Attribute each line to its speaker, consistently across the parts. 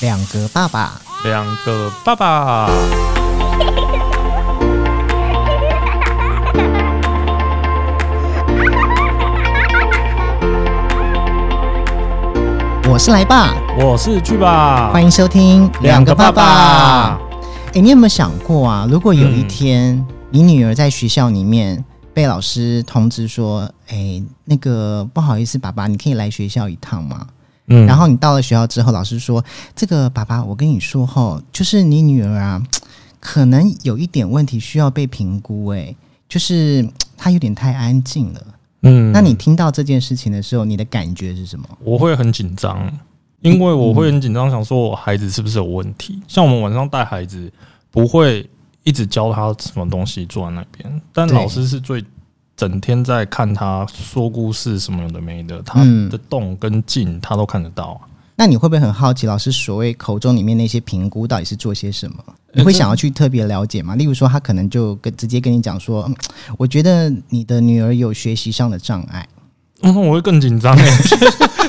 Speaker 1: 两个爸爸，
Speaker 2: 两个爸爸，
Speaker 1: 我是来爸，
Speaker 2: 我是去吧，
Speaker 1: 欢迎收听
Speaker 2: 两个爸爸。嗯
Speaker 1: 诶，你有没有想过啊？如果有一天、你女儿在学校里面被老师通知说，诶，那个不好意思，爸爸，你可以来学校一趟吗？
Speaker 2: 嗯
Speaker 1: 然后你到了学校之后，老师说：“这个爸爸，我跟你说吼，就是你女儿啊，可能有一点问题需要被评估、欸，就是她有点太安静了。
Speaker 2: 嗯
Speaker 1: 那你听到这件事情的时候，你的感觉是什么？
Speaker 2: 我会很紧张，因为我会很紧张，想说我孩子是不是有问题？像我们晚上带孩子，不会一直教他什么东西坐在那边，但
Speaker 1: 对
Speaker 2: 老师是最整天在看他说故事什么有的没的，他
Speaker 1: 嗯
Speaker 2: 的动跟静他都看得到啊。
Speaker 1: 那你会不会很好奇，老师所谓口中里面那些评估到底是做些什么？你会
Speaker 2: 这
Speaker 1: 想要去特别了解吗？例如说，他可能就跟直接跟你讲说、嗯我觉得你的女儿有学习上的障碍。
Speaker 2: 嗯，我会更紧张 哎，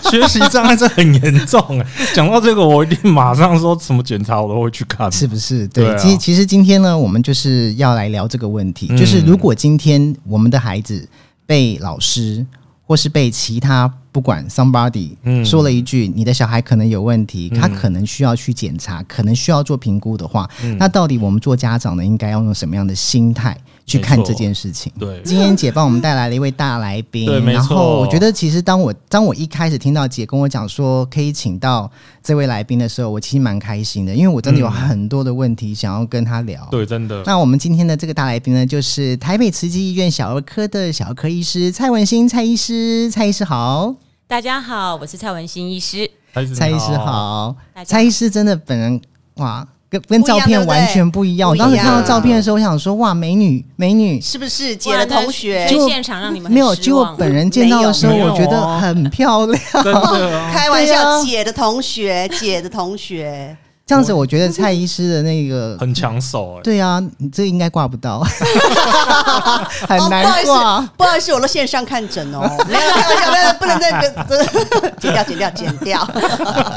Speaker 2: 学习障碍这很严重哎、讲到这个，我一定马上说什么检查我都会去看。
Speaker 1: 是不是？对，
Speaker 2: 对啊
Speaker 1: 其其实今天呢，我们就是要来聊这个问题，
Speaker 2: 嗯
Speaker 1: 就是如果今天我们的孩子被老师或是被其他不管 somebody
Speaker 2: 嗯
Speaker 1: 说了一句、你的小孩可能有问题，
Speaker 2: 嗯
Speaker 1: 他可能需要去检查，可能需要做评估的话，
Speaker 2: 嗯
Speaker 1: 那到底我们做家长的应该要用什么样的心态去
Speaker 2: 没
Speaker 1: 看
Speaker 2: 错
Speaker 1: 这件事情？
Speaker 2: 对，
Speaker 1: 今天姐帮我们带来了一位大来宾，
Speaker 2: 对没错
Speaker 1: 然后我觉得其实当我当我一开始听到姐跟我讲说可以请到这位来宾的时候，我其实蛮开心的，因为我真的有很多的问题想要跟他聊。
Speaker 2: 对，真的，
Speaker 1: 那我们今天的这个大来宾呢，就是台北慈济医院小儿科的小儿科医师蔡文兴蔡医师，蔡医师好。
Speaker 3: 大家好，我是蔡文心医师。
Speaker 2: 蔡医师
Speaker 1: 蔡医师，好，
Speaker 3: 大家好
Speaker 1: 蔡医师真的本人哇，跟跟照片完全不一样。我
Speaker 4: 不一
Speaker 1: 当
Speaker 4: 样
Speaker 1: 时看到照片的时候，我想说哇，美女美女，
Speaker 4: 是不是姐的同学
Speaker 3: 去
Speaker 1: 就
Speaker 3: 现场让你们很
Speaker 1: 没有，
Speaker 3: 失
Speaker 1: 就
Speaker 3: 望
Speaker 1: 我本人见到的时候，
Speaker 2: 没有
Speaker 1: 我觉得很漂亮。
Speaker 2: 真的啊，
Speaker 4: 开玩
Speaker 1: 对啊
Speaker 4: 笑，姐的同学，姐的同学，
Speaker 1: 这样子，我觉得蔡医师的那个，
Speaker 2: 很抢手哎、
Speaker 1: 对啊，你这应该挂不到，很
Speaker 4: 哦不好
Speaker 1: 难
Speaker 4: 意
Speaker 1: 挂
Speaker 4: 思。，不好意思，我都线上看诊哦，没有开玩笑，没有不能再跟剪掉，剪掉，剪 掉。
Speaker 1: 啊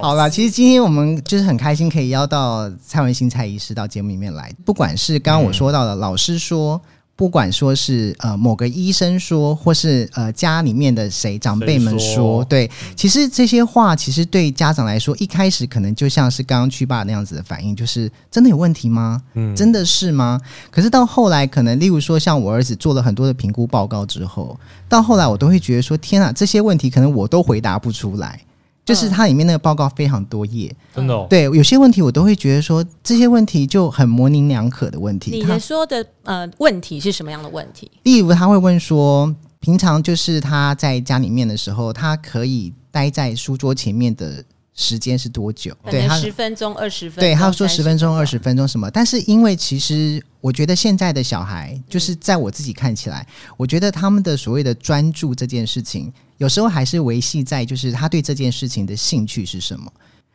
Speaker 1: 好啦，其实今天我们就是很开心，可以邀到蔡文新蔡医师到节目里面来。不管是刚刚我说到的，老师说，不管说是呃某个医生说，或是呃家里面的谁长辈们说，
Speaker 2: 谁说
Speaker 1: 对，其实这些话其实对家长来说，一开始可能就像是刚刚去爸那样子的反应，就是真的有问题吗？
Speaker 2: 嗯
Speaker 1: 真的是吗？可是到后来，可能例如说，像我儿子做了很多的评估报告之后，到后来我都会觉得说，天啊，这些问题可能我都回答不出来。就是它里面那个报告非常多页，
Speaker 2: 真的、哦，
Speaker 1: 对，有些问题我都会觉得说这些问题就很模棱两可的问题。
Speaker 3: 你
Speaker 1: 它
Speaker 3: 的说的呃问题是什么样的问题？
Speaker 1: 例如他会问说，平常就是他在家里面的时候，他可以待在书桌前面的时间是多久？
Speaker 3: 可
Speaker 1: 对
Speaker 3: 能
Speaker 1: 他
Speaker 3: 十分钟、二十分钟，
Speaker 1: 对，他说
Speaker 3: 30
Speaker 1: 十分钟、二十分钟什么？但是因为其实我觉得现在的小孩，
Speaker 3: 嗯
Speaker 1: 就是在我自己看起来，我觉得他们的所谓的专注这件事情，有时候还是维系在就是他对这件事情的兴趣是什么。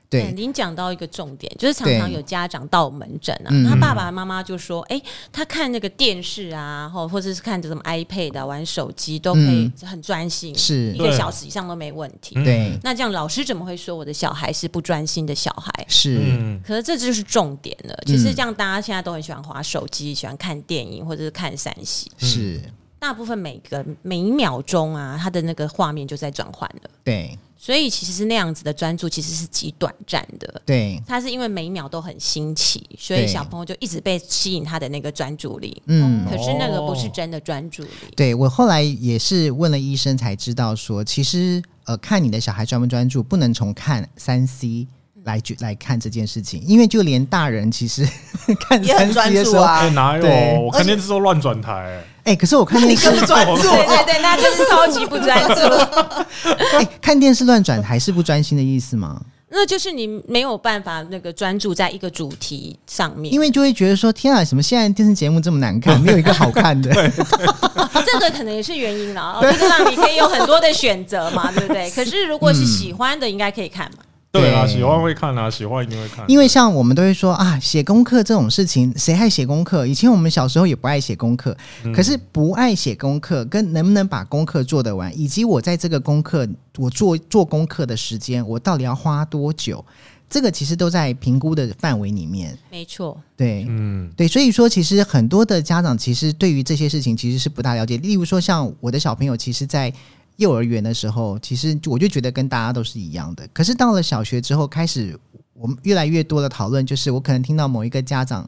Speaker 1: 对
Speaker 3: 嗯，您讲到一个重点，就是常
Speaker 1: 对
Speaker 3: 常有家长到门诊啊
Speaker 1: 嗯，
Speaker 3: 他爸爸妈妈就说：“哎、他看那个电视啊，或或者是看着什么 iPad、啊、玩手机，都可以很专心，
Speaker 1: 嗯是
Speaker 3: 一个小时以上都没问题。
Speaker 2: 嗯
Speaker 1: 对，
Speaker 3: 那这样老师怎么会说我的小孩是不专心的小孩？
Speaker 1: 是，
Speaker 2: 嗯，
Speaker 3: 可是这就是重点了。
Speaker 1: 嗯
Speaker 3: 其实这样，大家现在都很喜欢划手机，喜欢看电影或者是看三喜，
Speaker 1: 是，
Speaker 3: 大部分每个每一秒钟啊，它的那个画面就在转换了。
Speaker 1: 对
Speaker 3: 所以其实是那样子的专注，其实是极短暂的。
Speaker 1: 对，
Speaker 3: 它是因为每一秒都很新奇，所
Speaker 1: 对
Speaker 3: 以小朋友就一直被吸引他的那个专注力。
Speaker 2: 哦
Speaker 1: 嗯。
Speaker 3: 可是那个不是真的专注力，
Speaker 1: 对我后来也是问了医生才知道说，其实呃，看你的小孩专不专注，不能从看三 C 来决来看这件事情，因为就连大人其实 看
Speaker 4: 也
Speaker 1: 三
Speaker 4: 很
Speaker 1: C
Speaker 4: 专
Speaker 1: 的时
Speaker 4: 注
Speaker 1: 候，
Speaker 4: 啊
Speaker 2: 哎，。哪有？
Speaker 1: 对
Speaker 2: 我看电视都乱转台、哎
Speaker 1: 哎、可是我看电视，
Speaker 2: 专注
Speaker 4: 哦
Speaker 3: 对对哎对，那就是超级不专 注，
Speaker 1: 哎、看电视乱转台是不专心的意思吗？
Speaker 3: 那就是你没有办法那个专注在一个主题上面，
Speaker 1: 因为就会觉得说，天啊，什么现在电视节目这么难看，没有一个好看的。
Speaker 3: 哦这个可能也是原因啦。哦这个让你可以有很多的选择嘛，对不对？可是如果是喜欢的，应该可以看嘛。
Speaker 2: 对啊，
Speaker 1: 对
Speaker 2: 喜欢会看啊，喜欢一定会看。
Speaker 1: 因为像我们都会说啊，写功课这种事情，谁爱写功课？以前我们小时候也不爱写功课，可是不爱写功课跟能不能把功课做得完，以及我在这个功课我做做功课的时间，我到底要花多久，这个其实都在评估的范围里面。
Speaker 3: 嗯没错，
Speaker 1: 对，
Speaker 2: 嗯，
Speaker 1: 对，所以说其实很多的家长其实对于这些事情其实是不大了解。例如说，像我的小朋友，其实，在幼儿园的时候，其实我就觉得跟大家都是一样的。可是到了小学之后，开始我们越来越多的讨论，就是我可能听到某一个家长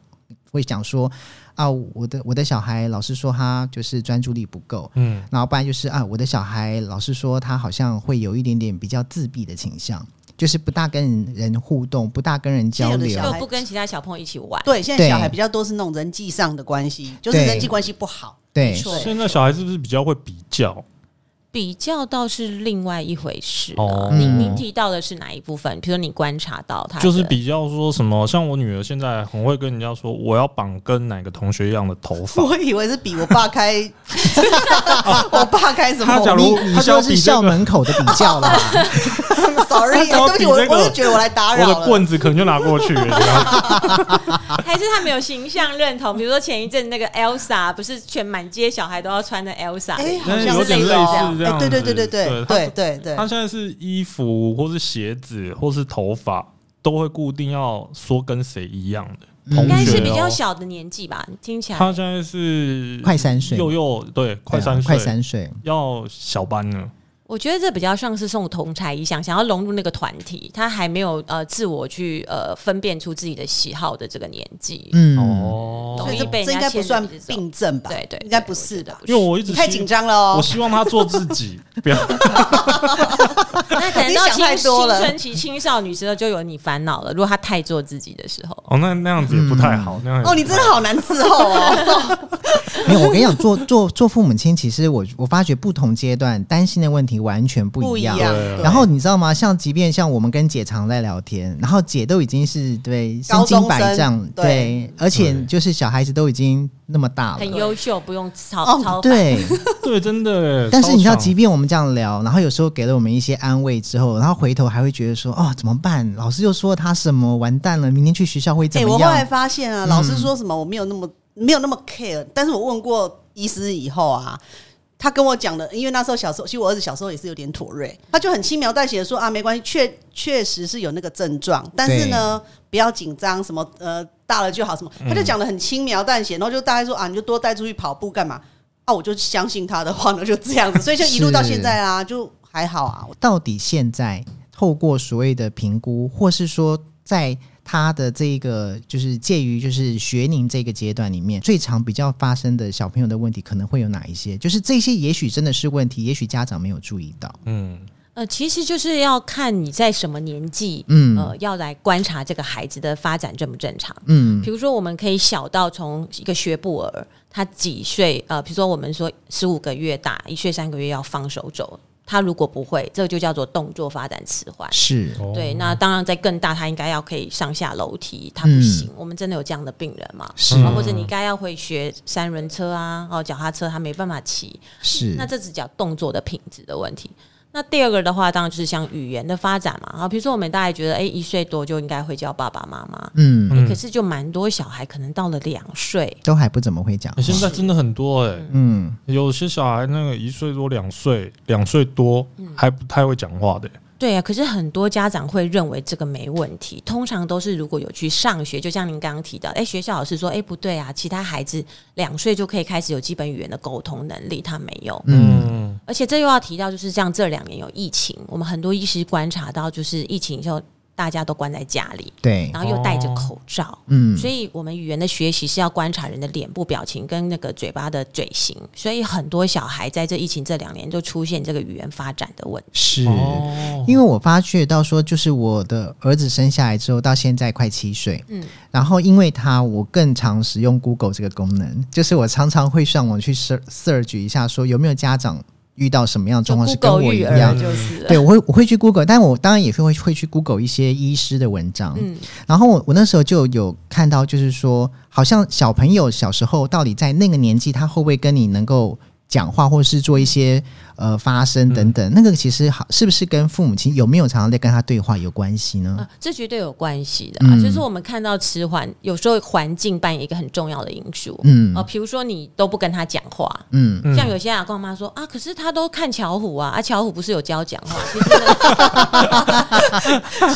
Speaker 1: 会讲说啊，我的我的小孩老师说他就是专注力不够，
Speaker 2: 嗯，
Speaker 1: 然后不然就是啊，我的小孩老师说他好像会有一点点比较自闭的倾向，就是不大跟人互动，不大跟人交
Speaker 4: 有的
Speaker 1: 流
Speaker 4: 小
Speaker 3: 就
Speaker 4: 孩。
Speaker 3: 不跟其他小朋友一起玩。
Speaker 4: 对，现在
Speaker 1: 对
Speaker 4: 小孩比较多是那种人际上的关系，就是
Speaker 1: 对
Speaker 4: 人际关系不好。
Speaker 1: 对，
Speaker 3: 没错
Speaker 2: 现在小孩是不是比较会比较？
Speaker 3: 比较倒是另外一回事了。
Speaker 2: 哦
Speaker 3: 您
Speaker 1: 嗯
Speaker 3: 您提到的是哪一部分？比如说你观察到他的，
Speaker 2: 就是比较说什么？像我女儿现在很会跟人家说，我要绑跟哪个同学一样的头发。
Speaker 4: 我以为是比我爸开， 我爸开什么？
Speaker 2: 他假
Speaker 1: 你
Speaker 2: 如他
Speaker 1: 你
Speaker 2: 想
Speaker 1: 说
Speaker 2: 比
Speaker 1: 是
Speaker 2: 这
Speaker 1: 校
Speaker 2: 个
Speaker 1: 门口的比较啦，
Speaker 4: sorry，
Speaker 2: 他
Speaker 4: 对不
Speaker 2: 比
Speaker 4: 起，我
Speaker 2: 这个
Speaker 4: 我就觉得我来打
Speaker 2: 我
Speaker 4: 扰了。
Speaker 2: 的棍子可能就拿过去了，你知道吗
Speaker 3: 还是他没有形象认同。比如说前一阵那个 Elsa，不是全满街小孩都要穿的 Elsa，、
Speaker 4: 哎，好
Speaker 2: 但是
Speaker 4: 像
Speaker 2: 有
Speaker 4: 是
Speaker 2: 点
Speaker 4: 类
Speaker 2: 类
Speaker 4: 似
Speaker 2: 似这
Speaker 4: 哎，
Speaker 2: 样
Speaker 4: 对对对对
Speaker 2: 子
Speaker 4: 对
Speaker 2: 对
Speaker 4: 对对对
Speaker 2: 她，现在是衣服或是鞋子或是头发都会固定要说跟谁一样
Speaker 1: 嗯
Speaker 2: 的同
Speaker 3: 应该
Speaker 2: 学、
Speaker 3: 是
Speaker 2: 哦。
Speaker 3: 比较小的年纪吧，听起来。
Speaker 2: 她现在是
Speaker 1: 快三岁
Speaker 2: 幼幼对，快
Speaker 1: 对啊
Speaker 2: 三岁，
Speaker 1: 快三岁，
Speaker 2: 要小班了。
Speaker 3: 我觉得这比较像是送同才一项，想要融入那个团体，他还没有呃自我去呃分辨出自己的喜好的这个年纪。
Speaker 1: 嗯，
Speaker 2: 哦
Speaker 3: 懂
Speaker 4: 所以
Speaker 3: 容易被
Speaker 4: 这
Speaker 3: 人
Speaker 4: 这
Speaker 3: 家
Speaker 4: 应该不算
Speaker 3: 牵着鼻子走
Speaker 4: 病症吧？
Speaker 3: 对对，
Speaker 4: 应该
Speaker 3: 对
Speaker 4: 不是
Speaker 3: 我觉得
Speaker 4: 的。
Speaker 3: 不是
Speaker 2: 因为我一直
Speaker 4: 你太
Speaker 2: 希
Speaker 4: 紧张了哦
Speaker 2: 我！希望她做自己， 不要
Speaker 3: 那可能
Speaker 4: 你
Speaker 3: 到
Speaker 4: 想
Speaker 3: 青
Speaker 4: 太多了
Speaker 3: 青春期青少女时候就有你烦恼了。如果她太做自己的时候，
Speaker 2: 哦，那那样子也不太
Speaker 1: 嗯
Speaker 2: 好。那样也不
Speaker 4: 哦，你真
Speaker 2: 太
Speaker 4: 的好难伺候哦。
Speaker 1: 没有，我跟你讲，做做做父母亲，其实我我发觉不同阶段担心的问题完全不一样。
Speaker 4: 不一样
Speaker 2: 对
Speaker 4: 对
Speaker 1: 然后你知道吗？像即便像我们跟姐常在聊天，然后姐都已经是对身
Speaker 4: 高中
Speaker 1: 经百战，
Speaker 4: 生
Speaker 1: 对，而且
Speaker 2: 对
Speaker 1: 就是小孩子都已经那么大
Speaker 3: 很
Speaker 1: 了。
Speaker 3: 优秀，不用操
Speaker 4: 哦
Speaker 3: 操烦。
Speaker 1: 对，
Speaker 2: 对，真的耶。
Speaker 1: 但是你知道，
Speaker 2: 超
Speaker 1: 即
Speaker 2: 强
Speaker 1: 便我们这样聊，然后有时候给了我们一些安慰之后，然后回头还会觉得说，哦，怎么办？老师又说他什么，完蛋了，明天去学校会怎
Speaker 4: 哎，我
Speaker 1: 么
Speaker 4: 后来
Speaker 1: 样？嗯
Speaker 4: 发现啊，老师说什么我没有那么没有那么 care，但是我问过医师以后啊。他跟我讲的，因为那时候小时候，其实我儿子小时候也是有点妥瑞，他就很轻描淡写的说啊，没关系，确确实是有那个症状，但是呢，不要紧张，什么呃大了就好，什么，
Speaker 1: 嗯
Speaker 4: 他就讲的很轻描淡写，然后就大概说啊，你就多带出去跑步干嘛啊，我就相信他的话呢，就这样子， 所以就一路到现在啊，就还好啊，
Speaker 1: 到底现在透过所谓的评估，或是说在他的这个就是介于就是学龄这个阶段里面，最常比较发生的小朋友的问题可能会有哪一些？就是这些也许真的是问题，也许家长没有注意到。
Speaker 2: 嗯，
Speaker 3: 呃，其实就是要看你在什么年纪，
Speaker 1: 嗯
Speaker 3: 呃，要来观察这个孩子的发展正不正常。
Speaker 1: 嗯
Speaker 3: 比如说，我们可以小到从一个学步儿，他几岁？呃，比如说我们说十五个月大，一岁三个月要放手肘，他如果不会，这就叫做动作发展迟缓。
Speaker 1: 是，
Speaker 2: 哦
Speaker 3: 对，那当然在更大，他应该要可以上下楼梯，他不
Speaker 1: 嗯
Speaker 3: 行。我们真的有这样的病人嘛？
Speaker 1: 是
Speaker 3: 啊或者你该要会学三轮车啊，哦，脚踏车他没办法骑，
Speaker 1: 是
Speaker 3: 那这只叫动作的品质的问题。那第二个的话，当然就是像语言的发展嘛，啊，比如说我们大概觉得，哎、一岁多就应该会叫爸爸妈妈，
Speaker 1: 嗯，
Speaker 3: 可是就蛮多小孩可能到了两岁，
Speaker 1: 都还不怎么会讲话。
Speaker 2: 嗯现在真的很多哎、
Speaker 1: 嗯，
Speaker 2: 有些小孩那个一岁多、两岁、两岁多
Speaker 4: 嗯
Speaker 2: 还不太会讲话的、
Speaker 3: 对啊，可是很多家长会认为这个没问题，通常都是如果有去上学，就像您刚刚提到，哎、学校老师说，哎、不对啊，其他孩子两岁就可以开始有基本语言的沟通能力，他没有，
Speaker 2: 嗯，
Speaker 3: 而且这又要提到，就是像这两年有疫情，我们很多医师观察到，就是疫情以后。大家都关在家里，
Speaker 1: 对，
Speaker 3: 然后又戴着口罩，
Speaker 1: 嗯，
Speaker 3: 所以我们语言的学习是要观察人的脸部表情跟那个嘴巴的嘴型，所以很多小孩在这疫情这两年就出现这个语言发展的问
Speaker 1: 是。
Speaker 3: 题。
Speaker 2: 哦
Speaker 1: 因为我发觉到说，就是我的儿子生下来之后，到现在快七岁，
Speaker 3: 嗯，
Speaker 1: 然后因为他，我更常使用 Google 这个功能，就是我常常会上网去 search search 一下，说有没有家长遇到什么样的状况是跟我一样，
Speaker 3: 就是
Speaker 1: 对，我会我会去 Google，但我当然也会会去 Google 一些医师的文章。
Speaker 3: 嗯
Speaker 1: 然后我我那时候就有看到，就是说，好像小朋友小时候到底在那个年纪，他会不会跟你能够讲话，或是做一些呃发声等等？那个其实好，是不是跟父母亲有没有常常在跟他对话有关系呢？
Speaker 3: 呃这绝对有关系的、啊，
Speaker 1: 嗯
Speaker 3: 就是我们看到迟缓，有时候环境扮演一个很重要的因素。
Speaker 1: 嗯
Speaker 3: 呃，比如说你都不跟他讲话，
Speaker 1: 嗯，
Speaker 2: 嗯
Speaker 3: 像有些阿公阿妈说啊，可是他都看巧虎啊，啊，巧虎不是有教讲话，其实那 个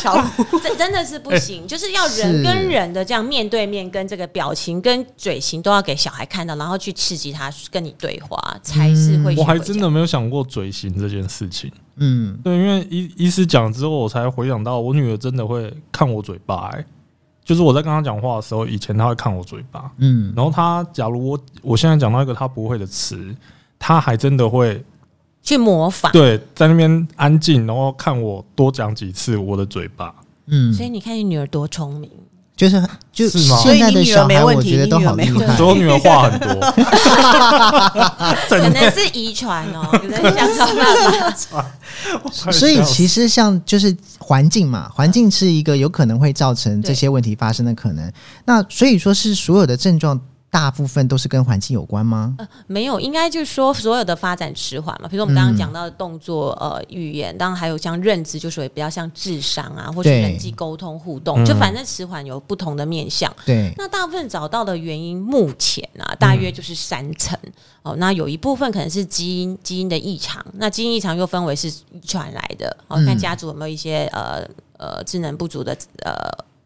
Speaker 3: 巧虎这 真的是不
Speaker 2: 哎
Speaker 3: 行，就是要
Speaker 1: 是
Speaker 3: 人跟人的这样面对面，跟这个表情跟嘴型都要给小孩看到，然后去刺激他跟你对话，才是会学会讲、
Speaker 2: 嗯我还真的没有想过嘴型这件事情。
Speaker 1: 嗯，
Speaker 2: 对，因为医医师讲之后，我才回想到我女儿真的会看我嘴巴、欸，就是我在跟她讲话的时候，以前她会看我嘴巴，
Speaker 1: 嗯，
Speaker 2: 然后她假如我我现在讲到一个她不会的词，她还真的会
Speaker 3: 去模仿。
Speaker 2: 对在那边安静，然后看我多讲几次我的嘴巴。
Speaker 1: 嗯
Speaker 3: 所以你看你女儿多聪明，
Speaker 1: 就是就是
Speaker 2: 吗
Speaker 1: 现在
Speaker 4: 所以
Speaker 1: 的
Speaker 4: 你女儿
Speaker 1: 小
Speaker 4: 没
Speaker 1: 孩，
Speaker 4: 问
Speaker 1: 我
Speaker 4: 题
Speaker 1: 觉得都
Speaker 4: 你女儿
Speaker 1: 好
Speaker 4: 没
Speaker 1: 厉
Speaker 4: 问
Speaker 1: 害
Speaker 2: 所以。我女儿话很多，真
Speaker 3: 可
Speaker 2: 的
Speaker 3: 能是遗传 哦，可能想到办法。
Speaker 1: 所以其实像就是环境嘛，环境是一个有可能会造成这些问题发生的可能。那所以说是所有的症状大部分都是跟环境有关吗？
Speaker 3: 没有，应该就是说所有的发展迟缓嘛，比如说我们刚
Speaker 1: 嗯
Speaker 3: 刚讲到的动作、
Speaker 2: 嗯
Speaker 3: 呃语言，当然还有像认知，就属于比较像智商啊，或是
Speaker 1: 对
Speaker 3: 人际沟通互动，
Speaker 2: 嗯
Speaker 3: 就反正迟缓有不同的面向。
Speaker 1: 对，
Speaker 3: 那大部分找到的原因，目前啊，大约就是三成、哦。那有一部分可能是基因基因的异常，那基因异常又分为是遗传来的，哦，
Speaker 1: 嗯
Speaker 3: 看家族有没有一些呃呃智能不足的呃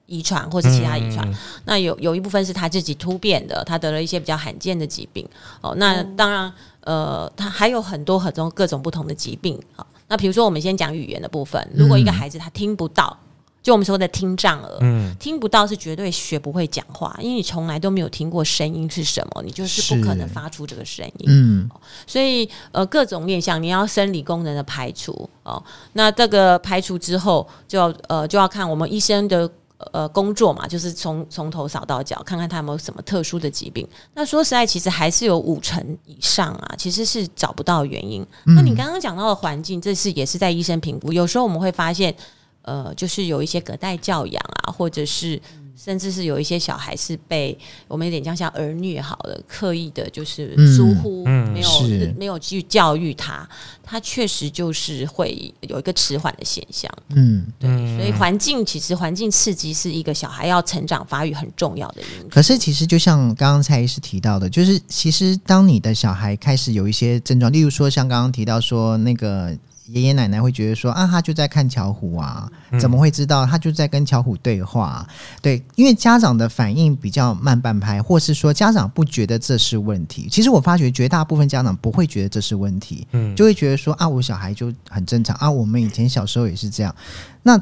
Speaker 3: 遗传
Speaker 2: 嗯
Speaker 3: 或是其他遗传。那有有一部分是他自己突变的，他得了一些比较罕见的疾病。哦，那当然，呃，他还有很多很多各种不同的疾病。好、那比如说我们先讲语言的部分，如果一个孩子他听不到，就我们说的听障儿。
Speaker 2: 嗯
Speaker 3: 听不到是绝对学不会讲话，因为你从来都没有听过声音是什么，你就是不可能
Speaker 1: 是
Speaker 3: 发出这个声音。
Speaker 1: 嗯
Speaker 3: 所以呃，各种面向你要生理功能的排除哦。那这个排除之后，就要呃就要看我们医生的。呃，工作嘛，就是从从头扫到脚，看看他有没有什么特殊的疾病。那说实在，其实还是有五成以上啊，其实是找不到原因。那
Speaker 1: 嗯
Speaker 3: 你刚刚讲到的环境，这是也是在医生评估。有时候我们会发现，呃，就是有一些隔代教养啊，或者是甚至是有一些小孩是被我们有点像像儿虐好了，刻意的就是
Speaker 1: 嗯
Speaker 3: 疏忽，
Speaker 2: 嗯
Speaker 3: 没
Speaker 1: 是
Speaker 3: 有没有去教育他，他确实就是会有一个迟缓的现象。
Speaker 1: 嗯。
Speaker 3: 对，
Speaker 2: 嗯
Speaker 3: 所以环境其实环境刺激是一个小孩要成长发育很重要的因素。
Speaker 1: 可是其实就像刚刚蔡医师提到的，就是其实当你的小孩开始有一些症状，例如说像刚刚提到说那个。爷爷奶奶会觉得说啊，他就在看巧虎啊，怎么会知道他就在跟巧虎对话、对，因为家长的反应比较慢半拍，或是说家长不觉得这是问题。其实我发觉绝大部分家长不会觉得这是问题，
Speaker 2: 嗯
Speaker 1: 就会觉得说啊，我小孩就很正常啊，我们以前小时候也是这样。那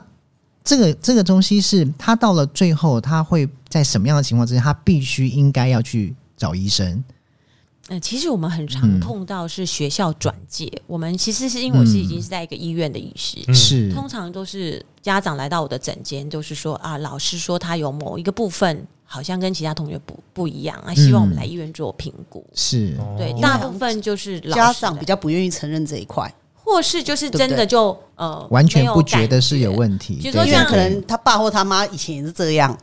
Speaker 1: 这个这个东西是他到了最后，他会在什么样的情况之下，他必须应该要去找医生？
Speaker 3: 嗯，其实我们很常
Speaker 1: 嗯
Speaker 3: 碰到是学校转介，我们其实是因为我是已经是在一个医院的医师，
Speaker 2: 嗯
Speaker 1: 是
Speaker 3: 通常都是家长来到我的诊间，都是说啊，老师说他有某一个部分好像跟其他同学不不一样啊，
Speaker 1: 嗯
Speaker 3: 希望我们来医院做评估。
Speaker 1: 是，
Speaker 3: 对，
Speaker 2: 哦
Speaker 3: 大部分就是老师
Speaker 4: 家长比
Speaker 3: 较，
Speaker 4: 较不愿意承认这一 块，
Speaker 3: 或是就是真
Speaker 4: 对不对
Speaker 3: 的就呃
Speaker 1: 完全不觉
Speaker 3: 觉
Speaker 1: 得是有
Speaker 3: 题。
Speaker 1: 问题。
Speaker 3: 比
Speaker 1: 对
Speaker 3: 如说
Speaker 4: 因
Speaker 1: 对
Speaker 4: 为
Speaker 3: 像
Speaker 1: 对
Speaker 4: 可能他爸或他妈以前也是这样，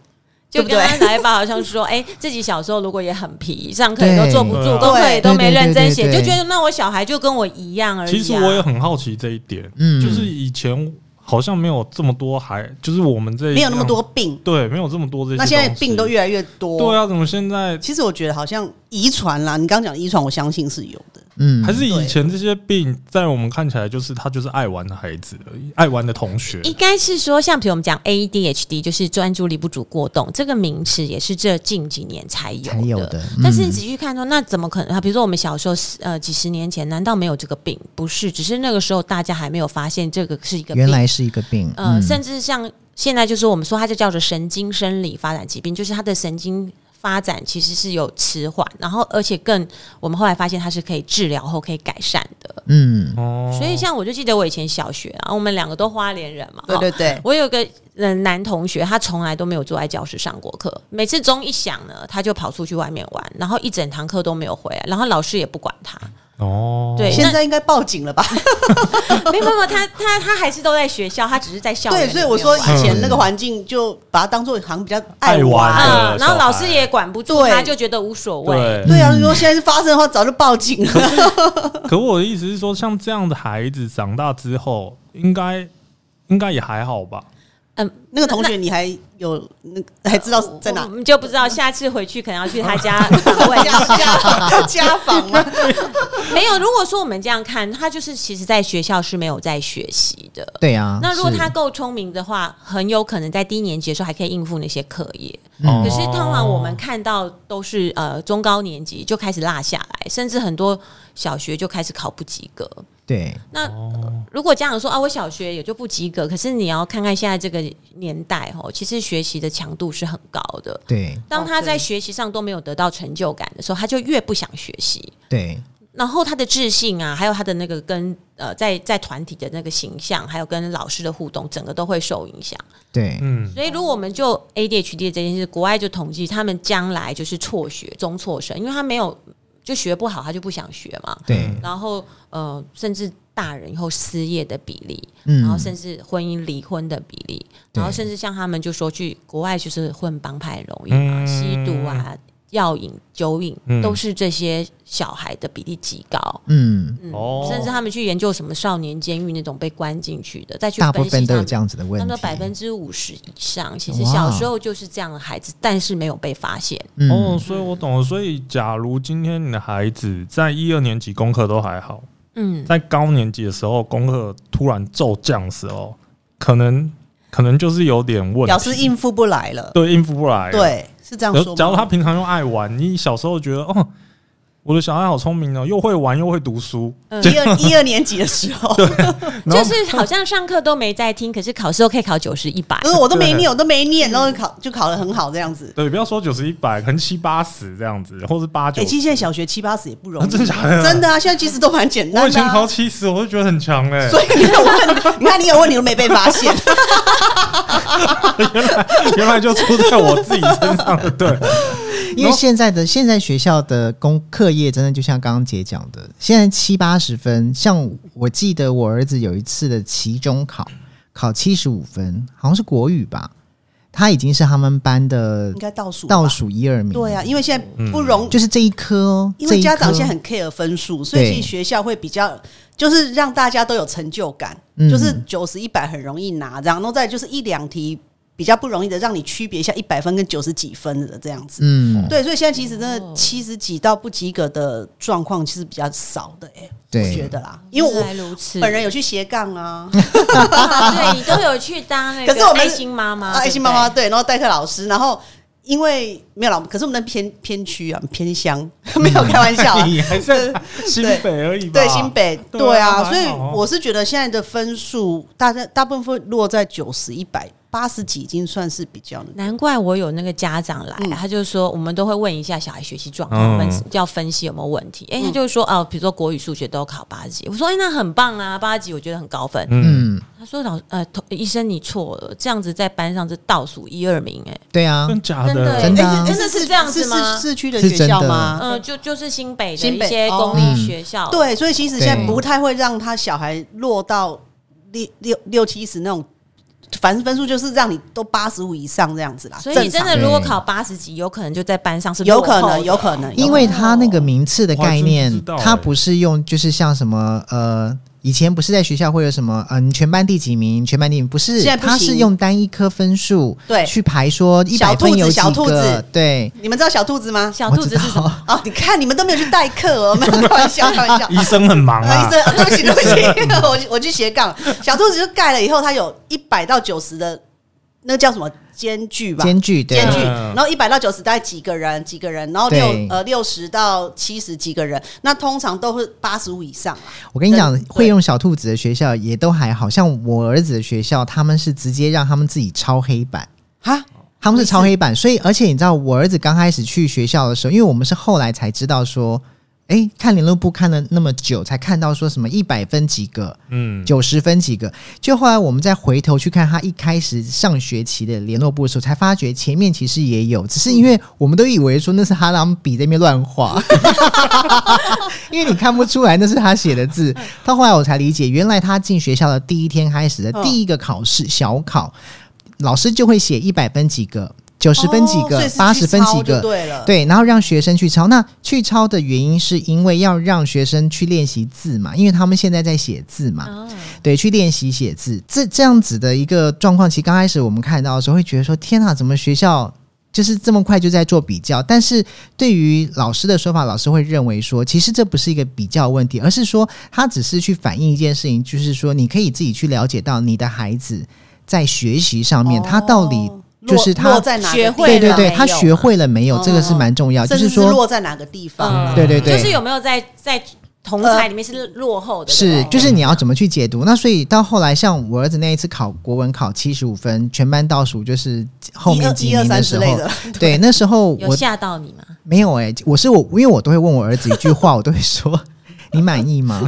Speaker 3: 就
Speaker 4: 对不
Speaker 3: 刚
Speaker 4: 对
Speaker 3: 刚来吧，好像 说，哎、自己小时候如果也很皮，上课也都坐不
Speaker 2: 对
Speaker 3: 住，功课也都没认真写，
Speaker 1: 对对对对
Speaker 3: 就
Speaker 1: 对
Speaker 3: 觉得那我小孩就跟我一样而已、啊。
Speaker 2: 其实我也很好奇这一点，
Speaker 1: 嗯
Speaker 2: 就是以前好像没有这么多孩，就是我们这一
Speaker 4: 没有那么
Speaker 2: 样
Speaker 4: 多病。
Speaker 2: 对，没有这么多这些。
Speaker 4: 那现在病都越来越多，
Speaker 2: 对啊，怎么现在
Speaker 4: 其实我觉得好像遗传啦，你刚讲遗传，我相信是有的。
Speaker 1: 嗯，
Speaker 2: 还是以
Speaker 4: 对
Speaker 2: 前这些病，在我们看起来就是他就是爱玩的孩子而已，爱玩的同学。
Speaker 3: 应该是说，像比如我们讲 ADHD，就是专注力不足过动，这个名词也是这近几年才有
Speaker 1: 才有的嗯
Speaker 3: 但是你仔细看说，那怎么可能？比如说我们小时候，呃，几十年前，难道没有这个病？不是，只是那个时候大家还没有发现这个是一个病。
Speaker 1: 原来是一个病。
Speaker 3: 呃，
Speaker 1: 嗯
Speaker 3: 甚至像现在就是我们说它就叫做神经生理发展疾病，就是它的神经发展其实是有迟缓，然后而且更我们后来发现它是可以治疗后可以改善的。
Speaker 5: 嗯，
Speaker 2: 哦，
Speaker 3: 所以像我就记得我以前小学啊，我们两个都花莲人嘛，
Speaker 4: 啊
Speaker 5: 对对对，
Speaker 3: 我有个嗯男同学，他从来都没有坐在教室上过课，每次钟一响呢，他就跑出去外面玩，然后一整堂课都没有回来，然后老师也不管 他。
Speaker 2: 哦，
Speaker 3: 对，
Speaker 4: 现在应该报警了吧？
Speaker 3: 那没有没有，他他他还是都在学校，他只是在校园
Speaker 4: 对，
Speaker 3: 里
Speaker 4: 所以我
Speaker 3: 面
Speaker 4: 说
Speaker 3: 玩
Speaker 4: 以前那个环境就把它当做好像比较
Speaker 2: 爱玩
Speaker 4: 玩。
Speaker 2: 的
Speaker 3: 嗯，然后老师
Speaker 2: 小孩
Speaker 3: 也管不住
Speaker 4: 对
Speaker 3: 他，就觉得无所谓。
Speaker 2: 对。
Speaker 4: 对啊，
Speaker 1: 嗯
Speaker 4: 如果现在是发生的话，早就报警了。
Speaker 2: 可我的意思是说，像这样的孩子长大之后，应该应该也还好吧？
Speaker 4: 那个同学，你还有那个还知道在哪
Speaker 3: 嗯我？们就不知道下次回去可能要去他家访问一
Speaker 4: 家
Speaker 3: 下。
Speaker 4: 家家访吗？
Speaker 3: 没有，如果说我们这样看，他就是其实在学校是没有在学习的。
Speaker 1: 对啊。
Speaker 3: 那如果
Speaker 1: 是
Speaker 3: 他够聪明的话，很有可能在低年级的时候还可以应付那些课业。
Speaker 2: 哦
Speaker 3: 可是通常我们看到都是呃中高年级就开始落下来，甚至很多小学就开始考不及格。
Speaker 1: 对
Speaker 3: 那、如果家长说啊，我小学也就不及格，可是你要看看现在这个年代哦，其实学习的强度是很高的。
Speaker 1: 对
Speaker 3: 当他
Speaker 4: 哦对
Speaker 3: 在学习上都没有得到成就感的时候，他就越不想学习。
Speaker 1: 对
Speaker 3: 然后他的自信啊，还有他的那个跟呃在在团体的那个形象，还有跟老师的互动，整个都会受影响。
Speaker 1: 对，
Speaker 2: 嗯，
Speaker 3: 所以，如果我们就 ADHD 这件事，国外就统计他们将来就是辍学、中辍生，因为他没有就学不好，他就不想学嘛。
Speaker 1: 对，
Speaker 3: 然后呃，甚至大人以后失业的比例，
Speaker 1: 嗯
Speaker 3: 然后甚至婚姻离婚的比例，
Speaker 1: 对
Speaker 3: 然后甚至像他们就说去国外就是混帮派很容易嘛，
Speaker 2: 嗯
Speaker 3: 吸毒啊、药瘾、酒瘾、
Speaker 2: 嗯
Speaker 3: 都是这些小孩的比例极高。
Speaker 1: 嗯，
Speaker 3: 嗯
Speaker 2: 哦
Speaker 3: 甚至他们去研究什么少年监狱那种被关进去的，再去
Speaker 1: 大
Speaker 3: 分
Speaker 1: 部
Speaker 3: 析
Speaker 1: 分都
Speaker 3: 他
Speaker 1: 有
Speaker 3: 们
Speaker 1: 这样子的问
Speaker 3: 他
Speaker 1: 题。
Speaker 3: 们百分之五十以上，其实
Speaker 1: 哇
Speaker 3: 小时候就是这样的孩子，但是没有被发现。
Speaker 1: 嗯
Speaker 2: 哦，所以我懂了。所以，假如今天你的孩子在一二年级功课都还好，
Speaker 3: 嗯，
Speaker 2: 在高年级的时候功课突然骤降的时候，可能可能就是有点问题，
Speaker 4: 表示应付不来了。
Speaker 2: 对应付不来。，
Speaker 4: 对，是这样说吗。
Speaker 2: 假如他平常又爱玩，你小时候觉得哦，我的小孩好聪明哦，又会玩又会读书，
Speaker 4: 一二一二年级的时候，
Speaker 2: 然
Speaker 3: 就
Speaker 2: 后
Speaker 3: 是好像上课都没在听，可是考试都可以考九十一百
Speaker 4: 可。是我都没念，我都没念，然后考就考得很好这样子。
Speaker 2: 对，不要说九十一百，可能七八十这样子，或是八九
Speaker 4: 哎，
Speaker 2: 十。
Speaker 4: 其实现在小学七八十也不容易，
Speaker 2: 啊真的假的
Speaker 4: 真的啊，现在其实都蛮简单的啊。
Speaker 2: 我以前考七十，我就觉得很强嘞、
Speaker 4: 所以你有问，你看你有问，你都没被发现。
Speaker 2: 原来原来就出在我自己身上 了。对，
Speaker 1: 因为现在的现在学校的功课业真的就像刚刚姐讲的，现在七八十分，像我记得我儿子有一次的期中考考七十五分，好像是国语吧，他已经是他们班的
Speaker 4: 应该倒数吧
Speaker 1: 倒。数嗯一二名，
Speaker 4: 对啊，因为现在不容，
Speaker 1: 就是这一科哦，
Speaker 4: 因为家长现在
Speaker 1: 很
Speaker 4: 很 care 分数，所以
Speaker 1: 对
Speaker 4: 其实学校会比较，就是让大家都有成就感，
Speaker 1: 嗯
Speaker 4: 就是九十一百很容易拿，这样，然后再就是一两题比较不容易的，让你区别一下一百分跟九十几分的这样子。
Speaker 1: 嗯，
Speaker 4: 对，所以现在其实真的七十几到不及格的状况其实比较少的、欸，
Speaker 1: 对
Speaker 4: 我觉得啦，因为
Speaker 3: 原来
Speaker 4: 我
Speaker 3: 如此，
Speaker 4: 本人有去斜杠 啊，
Speaker 3: 啊对你都有去当那
Speaker 4: 可是我
Speaker 3: 个
Speaker 4: 们
Speaker 3: 爱心妈妈，
Speaker 4: 啊，爱心
Speaker 3: 对
Speaker 4: 妈
Speaker 3: 不
Speaker 4: 妈
Speaker 3: 对
Speaker 4: 对，然后代课老师，然后因为没有啦，可是我们那偏偏区啊，偏 乡，没有开玩笑、啊，
Speaker 2: 你还在新北而已吧？
Speaker 4: 对新北，
Speaker 2: 对
Speaker 4: 对
Speaker 2: 啊
Speaker 4: 啊，所以
Speaker 2: 还好啊
Speaker 4: 我是觉得现在的分数，大家大部分落在九十、一百、八十几，已经算是比较
Speaker 3: 难怪我有那个家长来，
Speaker 4: 嗯
Speaker 3: 他就说我们都会问一下小孩学习状
Speaker 2: 嗯
Speaker 3: 况，分、要分析有没有问题。哎、
Speaker 4: 嗯
Speaker 3: 他就说哦，比如说国语、数学都考八十几，我说哎、那很棒啊，八十几我觉得很高分。
Speaker 2: 嗯，
Speaker 1: 嗯，
Speaker 3: 他说老呃，同医生你错了，这样子在班上是倒数一二名、哎、
Speaker 1: 对啊，
Speaker 2: 真假
Speaker 3: 真的、
Speaker 2: 的？
Speaker 3: 哎
Speaker 1: 真的啊
Speaker 3: 哎真的是这样子
Speaker 4: 嗯是
Speaker 3: 吗
Speaker 4: 市？市区的
Speaker 1: 是
Speaker 4: 学校
Speaker 1: 真的
Speaker 4: 吗？
Speaker 3: 嗯、就就是新北的
Speaker 4: 新
Speaker 3: 一
Speaker 4: 北
Speaker 3: 些公
Speaker 1: 哦
Speaker 3: 立学校，
Speaker 4: 对，所以其实现在
Speaker 1: 对
Speaker 4: 不太会让他小孩落到六六六七十那种，反正分数就是让你都八十五以上这样子啦。
Speaker 3: 所以真
Speaker 4: 正常
Speaker 3: 的如果
Speaker 1: 对
Speaker 3: 考八十几，有可能就在班上是
Speaker 4: 有
Speaker 3: 落
Speaker 4: 可
Speaker 3: 后的
Speaker 4: 能，有可能，
Speaker 1: 因为他那个名次的概
Speaker 2: 我还真不
Speaker 1: 念
Speaker 2: 知道，欸
Speaker 1: 他不是用就是像什么呃，以前不是在学校会有什么呃，你全班第几名，全班第几名，不是，
Speaker 4: 现在不行
Speaker 1: 他是用单一科分数
Speaker 4: 对
Speaker 1: 去排说一百
Speaker 4: 小兔子
Speaker 1: 分有几
Speaker 4: 小兔
Speaker 1: 个
Speaker 4: 子，
Speaker 1: 对，
Speaker 4: 你们知道小兔子吗？
Speaker 3: 小兔子是什么？
Speaker 4: 哦，你看你们都没有去代课哦，没有开玩笑，开玩笑。
Speaker 2: 医生很忙
Speaker 4: 啊，
Speaker 2: 啊
Speaker 4: 医，生，对不起，对不起，我去我去斜杠。小兔子就盖了以后，它有一百到九十的那叫什么间距吧，
Speaker 1: 间距对
Speaker 4: 间距，
Speaker 2: 嗯
Speaker 4: 然后一百到九十大概几个人，几个人，然后六
Speaker 1: 对
Speaker 4: 呃六十到七十几个人，那通常都会八十五以上啊。
Speaker 1: 我跟你讲
Speaker 4: 对，对
Speaker 1: 会用小兔子的学校也都还好像我儿子的学校，他们是直接让他们自己抄黑板，
Speaker 4: 哈，
Speaker 1: 他们是抄黑板，所以而且你知道，我儿子刚开始去学校的时候，因为我们是后来才知道说，诶，看联络部看了那么久，才看到说什么一百分几个，
Speaker 2: 嗯，
Speaker 1: 九十分几个。就后来我们再回头去看他一开始上学期的联络部的时候，才发觉前面其实也有，只是因为我们都以为说那是他拿笔在那边乱画， 因为你看不出来那是他写的字。
Speaker 4: 嗯
Speaker 1: 到后来我才理解，原来他进学校的第一天开始的
Speaker 4: 嗯
Speaker 1: 第一个考试、小考，老师就会写一百分几个。九十分几
Speaker 4: 哦
Speaker 1: 个
Speaker 4: 所以是，去
Speaker 1: 八十、分
Speaker 4: 抄
Speaker 1: 几
Speaker 4: 就
Speaker 1: 个，
Speaker 4: 对了，
Speaker 1: 对，然后让学生去抄。那去抄的原因是因为要让学生去练习字嘛，因为他们现在在写字嘛，
Speaker 3: 嗯
Speaker 1: 对，去练习写字。这这样子的一个状况，其实刚开始我们看到的时候，会觉得说：天啊，怎么学校？就是这么快就在做比较，但是对于老师的说法，老师会认为说，其实这不是一个比较问题，而是说他只是去反映一件事情，就是说你可以自己去了解到你的孩子在学习上面，
Speaker 4: 哦
Speaker 1: 他到底就
Speaker 4: 落
Speaker 1: 是他
Speaker 4: 落在哪个
Speaker 3: 学
Speaker 4: 地
Speaker 3: 会
Speaker 1: 对对
Speaker 3: 了
Speaker 1: 对，
Speaker 3: 没
Speaker 1: 他
Speaker 3: 有
Speaker 1: 学
Speaker 3: 啊
Speaker 1: 会了没有？这个是
Speaker 4: 嗯
Speaker 1: 蛮重要，就
Speaker 4: 甚至是
Speaker 1: 说
Speaker 4: 落在哪个地方啊？
Speaker 2: 嗯
Speaker 1: 对对对，
Speaker 3: 就是有没有在在同
Speaker 4: 呃
Speaker 3: 才里面是落后的？对
Speaker 1: 是
Speaker 3: 不对
Speaker 1: 就是你要怎么去解读？那所以到后来，像我儿子那一次考国文考七十五分，全班倒数，就是后
Speaker 4: 一
Speaker 1: 面
Speaker 4: 二
Speaker 1: 几
Speaker 4: 一二
Speaker 1: 名
Speaker 4: 三
Speaker 1: 时
Speaker 4: 之类
Speaker 1: 候，
Speaker 4: 的，
Speaker 1: 对，那时候
Speaker 3: 有
Speaker 1: 我
Speaker 3: 吓到你吗？
Speaker 1: 没有哎、我是我，因为我都会问我儿子一句 话，我都会说。你满意吗？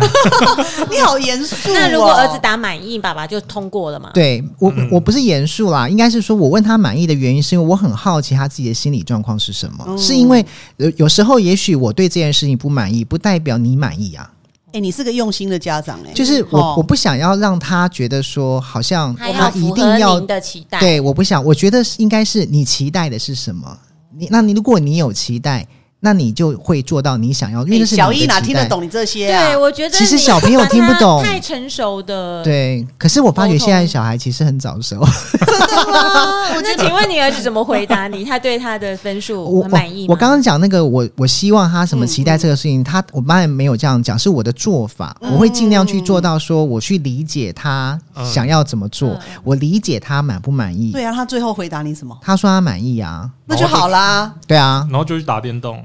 Speaker 4: 你好严肃哦。
Speaker 3: 那如果儿子打满意，爸爸就通过了嘛？
Speaker 1: 对我
Speaker 2: 嗯，
Speaker 1: 我不是严肃啦，应该是说我问他满意的原因，是因为我很好奇他自己的心理状况是什么。
Speaker 4: 哦
Speaker 1: 是因为有有时候，也许我对这件事情不满意，不代表你满意啊。
Speaker 4: 哎，你是个用心的家长哎，
Speaker 1: 就是我、
Speaker 4: 哦
Speaker 1: 我不想要让他觉得说好像
Speaker 3: 他要
Speaker 1: 一
Speaker 3: 符合
Speaker 1: 定要
Speaker 3: 您的期待。
Speaker 1: 对，我不想，我觉得是应该是你期待的是什么？你那你如果你有期待，那你就会做到你想要，因为
Speaker 4: 哎
Speaker 1: 那是你
Speaker 4: 小
Speaker 1: 的
Speaker 4: 一哪
Speaker 1: 期
Speaker 4: 听得
Speaker 1: 待？
Speaker 4: 懂你这些啊
Speaker 3: 对，？我觉得
Speaker 1: 其实
Speaker 3: 你
Speaker 1: 小朋友
Speaker 3: 把
Speaker 1: 听不
Speaker 3: 他
Speaker 1: 懂
Speaker 3: 太成熟的。，
Speaker 1: 对，可是我发觉
Speaker 3: 沟通
Speaker 1: 现在小孩其实很早熟，
Speaker 3: 那请问你儿子怎么回答你？他对他的分数
Speaker 1: 我
Speaker 3: 很满意吗
Speaker 1: 我刚刚讲那个，我我希望他什么
Speaker 4: 嗯
Speaker 1: 期待这个事情，他我妈也没有这样讲，是我的做法，我会尽量去做到，说我去理解他
Speaker 2: 嗯
Speaker 1: 想要怎么做，我理解他满不满意。
Speaker 4: 对啊，他最后回答你什么？
Speaker 1: 他说他满意啊，
Speaker 4: 那就好啦。
Speaker 1: 对啊，
Speaker 2: 然后就去打电动，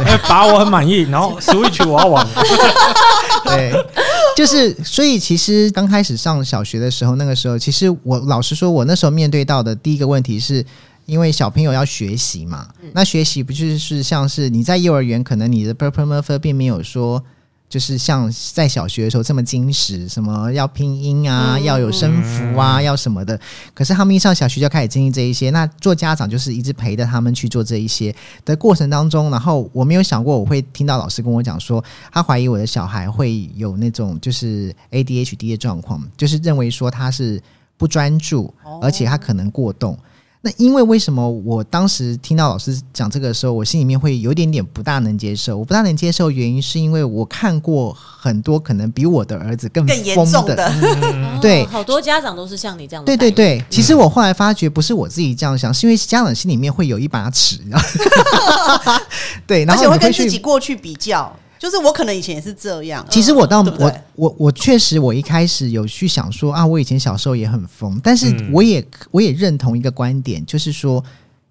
Speaker 2: 哎，把我很满意，然后 Switch 我要玩了，
Speaker 1: 对，就是所以其实刚开始上小学的时候，那个时候其实我老实说，我那时候面对到的第一个问题是。因为小朋友要学习嘛，那学习不就是像是你在幼儿园，可能你的 p u r p l e m u r p h 并没有说，就是像在小学的时候这么精实，什么要拼音啊，要有声符啊，要什么的。可是他们一上小学就开始经历这一些，那做家长就是一直陪着他们去做这一些的过程当中，然后我没有想过我会听到老师跟我讲说，他怀疑我的小孩会有那种就是 ADHD 的状况，就是认为说他是不专注，而且他可能过动。那因为为什么我当时听到老师讲这个的时候，我心里面会有一点点不大能接受。我不大能接受的原因是因为我看过很多可能比我的儿子更
Speaker 4: 更严
Speaker 1: 疯
Speaker 4: 重
Speaker 1: 的
Speaker 4: 的，
Speaker 3: 哦
Speaker 1: 对
Speaker 3: 好多家长都是像你这样的
Speaker 1: 对
Speaker 3: 反应。
Speaker 1: 对对，其
Speaker 4: 嗯
Speaker 1: 实我后来发觉不是我自己这样想，是因为家长心里面会有一把尺，然后 对，然
Speaker 4: 而
Speaker 1: 后
Speaker 4: 且会
Speaker 1: 你
Speaker 4: 跟
Speaker 1: 去
Speaker 4: 自己过去比较，就是我可能以前也是这样。
Speaker 1: 其实我到、
Speaker 4: 嗯对不
Speaker 1: 我
Speaker 4: 对
Speaker 1: 我我确实我一开始有去想说啊，我以前小时候也很疯，但是
Speaker 2: 嗯
Speaker 1: 我也、我也认同一个观点，就是说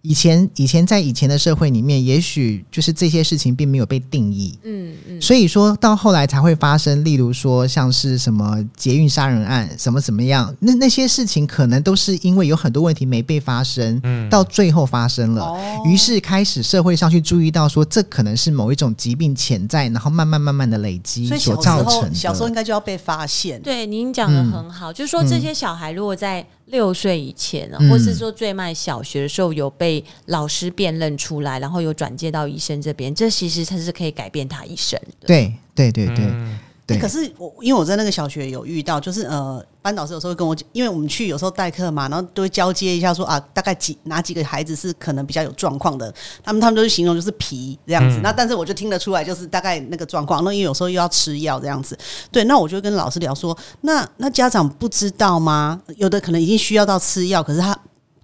Speaker 1: 以前以前在以前的社会里面，也许就是这些事情并没有被定义，
Speaker 3: 嗯嗯，
Speaker 1: 所以说到后来才会发生，例如说像是什么捷运杀人案，什么怎么样，那那些事情可能都是因为有很多问题没被发生，
Speaker 2: 嗯
Speaker 1: 到最后发生了，
Speaker 4: 哦
Speaker 1: 于是开始社会上去注意到说，这可能是某一种疾病潜在，然后慢慢慢慢的累积
Speaker 4: 所以
Speaker 1: 所
Speaker 4: 小时
Speaker 1: 造成
Speaker 4: 候
Speaker 1: 的。
Speaker 4: 小时候应该就要被发现。
Speaker 3: 对，您讲的
Speaker 1: 嗯
Speaker 3: 很好，就是说这些小孩如果在六岁以前啊，
Speaker 1: 嗯
Speaker 3: 或是说最慢小学的时候有被老师辨认出来，然后有转介到医生这边，这其实它是可以改变他一生的。
Speaker 1: 对对对对、
Speaker 2: 嗯
Speaker 1: 对，
Speaker 4: 欸可是我因为我在那个小学有遇到，就是呃，班导师有时候会跟我讲，因为我们去有时候代课嘛，然后都会交接一下说啊，大概几哪几个孩子是可能比较有状况的，他们他们都是形容就是皮这样子。
Speaker 2: 嗯
Speaker 4: 那但是我就听得出来，就是大概那个状况。那因为有时候又要吃药这样子，对，那我就跟老师聊说，那那家长不知道吗？有的可能已经需要到吃药，可是他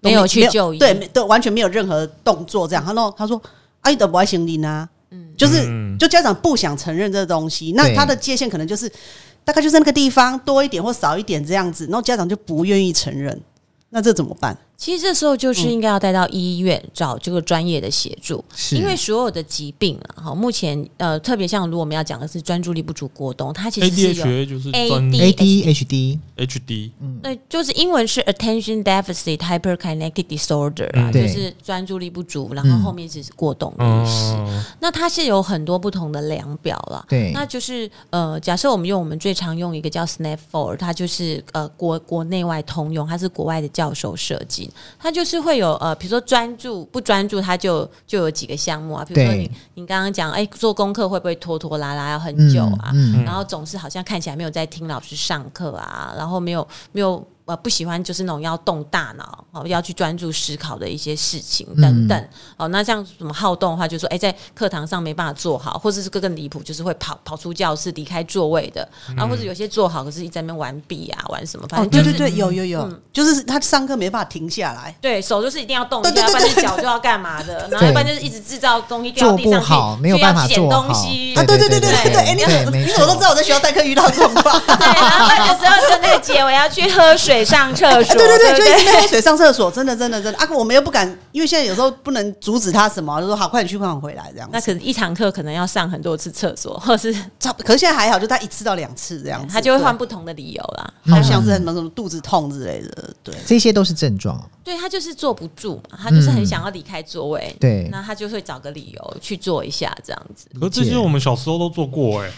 Speaker 4: 都
Speaker 3: 没有去就医
Speaker 4: 对没对，完全没有任何动作这样。他说他说，哎、啊，你都不爱行李呢。就是
Speaker 2: 嗯
Speaker 4: 就家长不想承认这东西，那
Speaker 1: 对
Speaker 4: 他的界限可能就是大概就在那个地方多一点或少一点这样子，然后家长就不愿意承认。那这怎么办？
Speaker 3: 其实这时候就是应该要带到医院、找这个专业的协助，
Speaker 1: 是
Speaker 3: 因为所有的疾病啊，好，目前呃，特别像如果我们要讲的是专注力不足过动，它其实是有。
Speaker 2: ADHA 就是专
Speaker 3: AD
Speaker 1: ADHD
Speaker 2: HD，
Speaker 3: 对，就是英文是 attention deficit hyperkinetic disorder 啊，
Speaker 2: 嗯
Speaker 3: 就
Speaker 1: 对
Speaker 3: 是专注力不足，然后后面是过动意识。
Speaker 2: 嗯，
Speaker 3: 那它是有很多不同的量表了。
Speaker 1: 对
Speaker 3: 那就是呃，假设我们用我们最常用一个叫 Snap Four，它就是呃国国内外通用，它是国外的教授设计，它就是会有呃，比如说专注不专注，它就就有几个项目啊，比如说
Speaker 1: 对
Speaker 3: 你你刚刚讲，哎、做功课会不会拖拖拉拉要很
Speaker 1: 嗯
Speaker 3: 久啊？
Speaker 1: 嗯
Speaker 3: 然后总是好像看起来没有在听老师上课啊，然后没有没有呃不喜欢就是那种要动大脑哦，要去专注思考的一些事情
Speaker 1: 嗯
Speaker 3: 等等、哦。那像什么好动的话，就说哎在课堂上没办法做好，或者是更更离谱，就是会跑跑出教室离开座位的
Speaker 1: 嗯
Speaker 3: 啊，或者有些做好可是一直在那边玩笔啊玩什么，
Speaker 1: 哦
Speaker 3: 反正就是、
Speaker 4: 哦
Speaker 3: 嗯
Speaker 4: 对，有有有，就是他上课没办法停下来，
Speaker 3: 对手就是一定要动一
Speaker 4: 对
Speaker 3: 下，
Speaker 4: 对
Speaker 3: 要不
Speaker 4: 对
Speaker 3: 然就是脚就要干嘛的，然后
Speaker 1: 对
Speaker 3: 要不然就是一直制造东西掉到地
Speaker 1: 做
Speaker 3: 上
Speaker 1: 不
Speaker 3: 去，
Speaker 1: 好没有办法
Speaker 3: 就要捡
Speaker 1: 做好
Speaker 3: 东西
Speaker 4: 啊，对对对对
Speaker 1: 对
Speaker 4: 对对，哎，你
Speaker 1: 对
Speaker 4: 怎么
Speaker 1: 没
Speaker 4: 你怎么
Speaker 1: 错
Speaker 4: 都知道我在学校代课遇到这种 哎况？
Speaker 3: 对，然后那个时候就那个结尾要去喝水、上厕所，
Speaker 4: 啊对对对，
Speaker 3: 不
Speaker 4: 就一直在喝水上厕所，真的真的真的啊！我们又不敢，因为现在有时候不能阻止他什么，就说好，快点去，快点回来这样
Speaker 3: 那
Speaker 4: 子。
Speaker 3: 可能一堂课可能要上很多次厕所，或是
Speaker 4: 差不可是现在还好，就他一次到两次这样子，
Speaker 3: 他就会
Speaker 4: 哦
Speaker 3: 换
Speaker 4: 对，啊
Speaker 3: 不同的理由啦。
Speaker 4: 好像是什么什么肚子痛之类的，对。
Speaker 1: 这些都是症状，
Speaker 3: 对他就是坐不住嘛，他就是很想要离开座位，
Speaker 1: 对
Speaker 3: 那他就会找个理由去坐一下这样子。
Speaker 2: 可这些我们小时候都做过哎，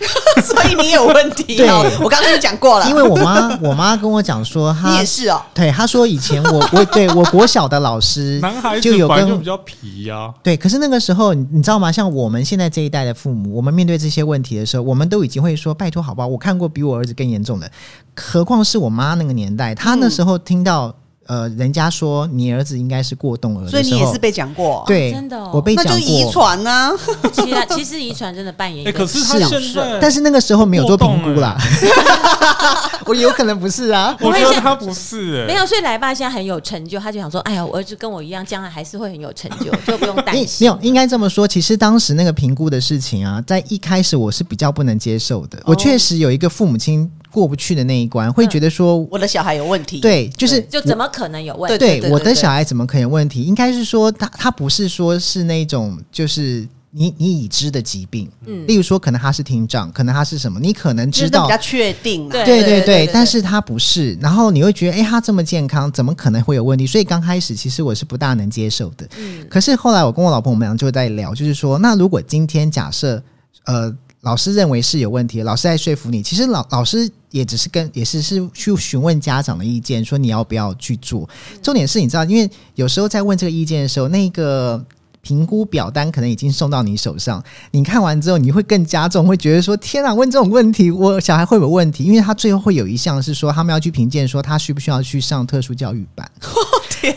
Speaker 4: 所以 你有问题哦
Speaker 1: 对，
Speaker 4: 我刚刚就讲过了，
Speaker 1: 嗯因为我妈我妈跟我讲说，
Speaker 4: 你
Speaker 1: 她
Speaker 4: 也是哦，
Speaker 1: 对她说以前我我对我国小的老师
Speaker 2: 男孩
Speaker 1: 就
Speaker 2: 子
Speaker 1: 有
Speaker 2: 本来就
Speaker 1: 跟
Speaker 2: 比较皮呀，
Speaker 1: 对，可是那个时候，你你知道吗？像我们现在这一代的父母，我们面对这些问题的时候，我们都已经会说：“拜托，好不好？我看过比我儿子更严重的，何况是我妈那个年代，她那
Speaker 4: 嗯
Speaker 1: 时候听到、呃人家说你儿子应该是过动儿的时
Speaker 4: 所
Speaker 1: 候，
Speaker 4: 以你也是被讲过，，
Speaker 1: 对，
Speaker 3: 真的哦
Speaker 1: 我被
Speaker 4: 那
Speaker 1: 讲
Speaker 4: 就
Speaker 1: 过
Speaker 4: 是遗。传啊呐。
Speaker 3: 其实其实遗传真的扮演一
Speaker 2: 哎，可
Speaker 3: 个
Speaker 2: 是他
Speaker 3: 角
Speaker 2: 现
Speaker 3: 色。
Speaker 2: 在，
Speaker 1: 但是那个时候没有做评估啦， 我有可能不是啊，
Speaker 2: 我觉得他不是
Speaker 3: 没
Speaker 2: 哎，
Speaker 3: 有，所以莱爸现在很有成就，他就想说：“哎呀，我儿子跟我一样，将来还是会很有成就，就不用担
Speaker 1: 应没
Speaker 3: 心。
Speaker 1: 有，应该这么说。其实当时那个评估的事情啊，在一开始我是比较不能接受的。我
Speaker 4: 哦
Speaker 1: 确实有一个父母亲过不去的那一关，
Speaker 4: 嗯
Speaker 1: 会觉得说，
Speaker 4: 我的小孩有问题，，
Speaker 1: 对，就是
Speaker 3: 就怎么可能有问
Speaker 4: 对
Speaker 3: 题？
Speaker 1: 对我的
Speaker 4: 对
Speaker 1: 小孩怎么可能有问题？应该是说他他不是说是那种就是你你已知的疾病，
Speaker 3: 嗯
Speaker 1: 例如说可能他是听障，可能他是什么，你可能
Speaker 4: 就是
Speaker 1: 知道
Speaker 4: 比较。确定啊。
Speaker 3: 对
Speaker 1: 对对
Speaker 3: 对对对
Speaker 1: 但是他不是，然后你会觉得，哎，他这么健康，怎么可能会有问题？所以刚开始其实我是不大能接受的。
Speaker 3: 嗯
Speaker 1: 可是后来我跟我老婆我们俩就在聊，就是说，那如果今天假设，呃，老师认为是有问题，老师在说服你，其实老老师也只是跟也是是去询问家长的意见，说你要不要去做。
Speaker 3: 嗯
Speaker 1: 重点是你知道，因为有时候在问这个意见的时候，那个。评估表单可能已经送到你手上，你看完之后，你会更加重，会觉得说：“天啊，问这种问题，我小孩会不会有问题？”因为他最后会有一项是说，他们要去评鉴说他需不需要去上特殊教育 班。
Speaker 4: 哦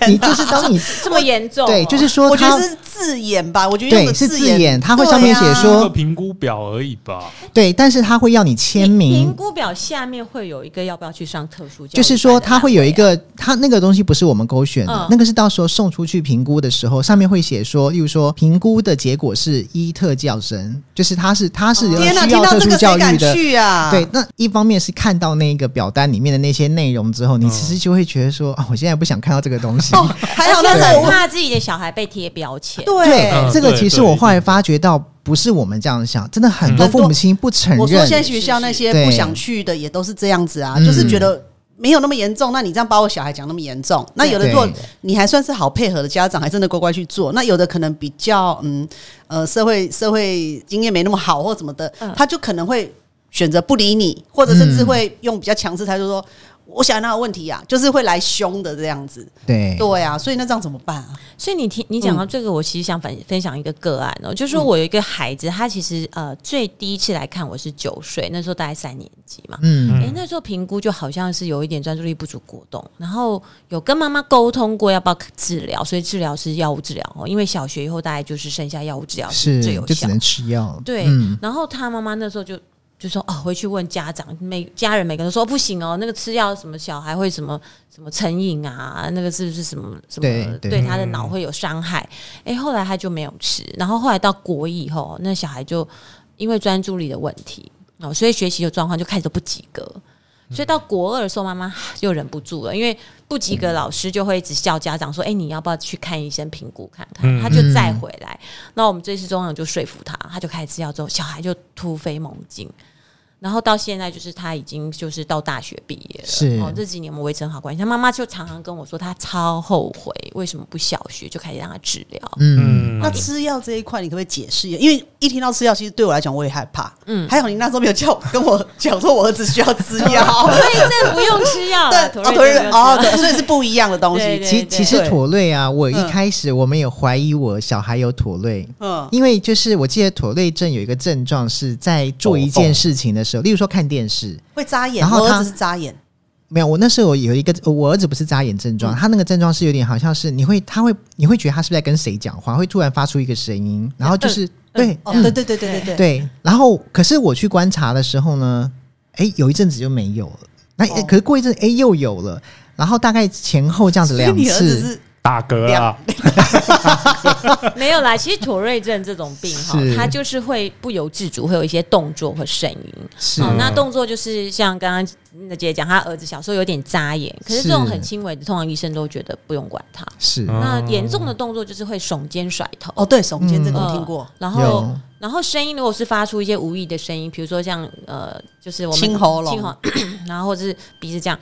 Speaker 4: 啊
Speaker 1: 你就是当你
Speaker 3: 这么严重哦、
Speaker 1: 对，就是说
Speaker 4: 我觉
Speaker 1: 他
Speaker 4: 得是字眼吧，我觉得用
Speaker 1: 对
Speaker 4: 的
Speaker 1: 是字
Speaker 4: 眼，
Speaker 1: 眼，他会上面写
Speaker 4: 对啊
Speaker 2: 这个
Speaker 1: 说
Speaker 2: 评估表而已吧。
Speaker 1: 对，但是他会要你签名
Speaker 3: 评，估表下面会有一个要不要去上特殊教育班的栏位啊，
Speaker 1: 就是说他会有一个他那个东西不是我们勾选的，
Speaker 3: 嗯
Speaker 1: 那个是到时候送出去评估的时候，上面会写说，例如说评估的结果是一特教生，就是他是他是
Speaker 4: 哦天哪，
Speaker 1: 需
Speaker 4: 听
Speaker 1: 要
Speaker 4: 到
Speaker 1: 特
Speaker 4: 这
Speaker 1: 殊
Speaker 4: 个
Speaker 1: 教
Speaker 4: 谁
Speaker 1: 育
Speaker 4: 敢
Speaker 1: 的。
Speaker 4: 去啊？
Speaker 1: 对，那一方面是看到那个表单里面的那些内容之后，你其实就会觉得说啊，我现在不想看到这个东西。
Speaker 4: 哦，还好那
Speaker 3: 而且
Speaker 4: 时候
Speaker 3: 很
Speaker 4: 我
Speaker 3: 怕自己的小孩被贴标签。
Speaker 1: 对
Speaker 4: 对，
Speaker 2: 嗯
Speaker 1: 这个
Speaker 2: 对
Speaker 1: 其实
Speaker 2: 对
Speaker 1: 我后来发觉到，不是我们这样想，真的很多
Speaker 4: 嗯
Speaker 1: 父母亲不承
Speaker 4: 我说
Speaker 1: 认
Speaker 4: 现。在学校那些
Speaker 1: 对
Speaker 4: 不想去的也都是这样子啊，
Speaker 1: 嗯
Speaker 4: 就是觉得。没有那么严重，那你这样把我小孩讲那么严重，那有的
Speaker 1: 对
Speaker 4: 如果你还算是好配合的家长，还真的乖乖去做，那有的可能比较嗯呃社会社会经验没那么好或怎么的，
Speaker 3: 嗯
Speaker 4: 他就可能会选择不理你，或者
Speaker 1: 嗯
Speaker 4: 甚至会用比较强势态度说。我小孩哪有问题呀、就是会来凶的这样子，
Speaker 1: 对
Speaker 4: 对啊，所以那这样怎么办啊？
Speaker 3: 所以你听你讲到这个，我其实想分分享一个个案哦、就是说我有一个孩子，他其实呃最第一次来看我是九岁，那时候大概三年级嘛。
Speaker 1: 嗯，
Speaker 3: 诶，那时候评估就好像是有一点专注力不足过动，然后有跟妈妈沟通过要不要治疗，所以治疗是药物治疗哦，因为小学以后大概就是剩下药物治疗
Speaker 1: 是
Speaker 3: 最有
Speaker 1: 就
Speaker 3: 效
Speaker 1: 只能吃药。
Speaker 3: 对，
Speaker 1: 嗯，
Speaker 3: 然后他妈妈那时候就就说哦，回去问家长，每家人每个人都说、哦不行哦，那个吃药什么小孩会什么什么成瘾啊，那个是不是什么什么
Speaker 1: 对对
Speaker 3: 对他的脑会有伤害？哎、后来他就没有吃，然后后来到国一以后，那小孩就因为专注力的问题哦，所以学习的状况就开始都不及格。所以到国二的时候，妈妈 又忍不住了，因为不及格老师就会一直笑家长说：“哎、你要不要去看医生评估看看？”
Speaker 2: 嗯
Speaker 3: 他就再回来。那我们这次中场就说服他，他就开始吃药之后，小孩就突飞猛进。然后到现在，就是他已经就是到大学毕业了。
Speaker 1: 是
Speaker 3: 哦，这几年我们维持很好关系。他妈妈就常常跟我说，他超后悔为什么不小学就开始让他治疗。
Speaker 1: 嗯，
Speaker 2: 嗯
Speaker 4: 那吃药这一块，你可不可以解释？因为一听到吃药，其实对我来讲我也害怕。嗯，还好你那时候没有叫我跟我讲说我儿子需要吃药。
Speaker 3: 所以哎这不用吃药
Speaker 4: 对
Speaker 3: 了，，
Speaker 4: 哦，
Speaker 3: 妥
Speaker 4: 对
Speaker 3: 瑞
Speaker 4: 对
Speaker 3: 症不用吃
Speaker 4: 哦
Speaker 3: 药，
Speaker 4: 对，所以是不一样的东
Speaker 3: 对
Speaker 4: 西。
Speaker 3: 对
Speaker 1: 其其实
Speaker 4: 对
Speaker 1: 妥瑞啊，我一
Speaker 4: 嗯
Speaker 1: 开始我们也怀疑我小孩有妥瑞，
Speaker 4: 嗯，
Speaker 1: 因为就是我记得妥瑞症有一个症状是在做一件事情的时候，例如说看电视，
Speaker 4: 会眨眼，
Speaker 1: 然后
Speaker 4: 我
Speaker 1: 他
Speaker 4: 儿子是眨眼，
Speaker 1: 没有，我那时候有一个，我儿子不是眨眼症
Speaker 4: 嗯
Speaker 1: 状，他那个症状是有点好像是你会，他会，你会觉得他是不是在跟谁讲话，会突然发出一个声音，然后就是、对、
Speaker 4: 嗯哦，
Speaker 1: 嗯
Speaker 4: 对对对对对对，
Speaker 1: 对，然后可是我去观察的时候呢，哎，有一阵子就没有了，那、诶
Speaker 4: 哦
Speaker 1: 可是过一阵，哎，又有了，然后大概前后这样子
Speaker 4: 所以
Speaker 1: 两
Speaker 4: 你儿子
Speaker 1: 次，
Speaker 4: 是
Speaker 2: 打嗝啊啦，
Speaker 3: 没有啦，其实妥瑞症这种病哈
Speaker 1: 是，
Speaker 3: 它就是会不由自主会有一些动作或声音。
Speaker 1: 是
Speaker 3: 哦，那动作就是像刚刚那姐姐讲，她儿子小时候有点眨眼，可是
Speaker 1: 是
Speaker 3: 这种很轻微的，通常医生都觉得不用管他。
Speaker 1: 是，
Speaker 4: 哦
Speaker 2: 嗯
Speaker 3: 那严重的动作就是会耸肩甩头，
Speaker 4: 哦，对，耸肩这个
Speaker 3: 呃
Speaker 4: 我听过，
Speaker 3: 然后
Speaker 1: 有
Speaker 3: 然后声音如果是发出一些无意的声音，比如说像呃，就是我们
Speaker 4: 清喉咙
Speaker 3: 清喉 然后或者是鼻子这样，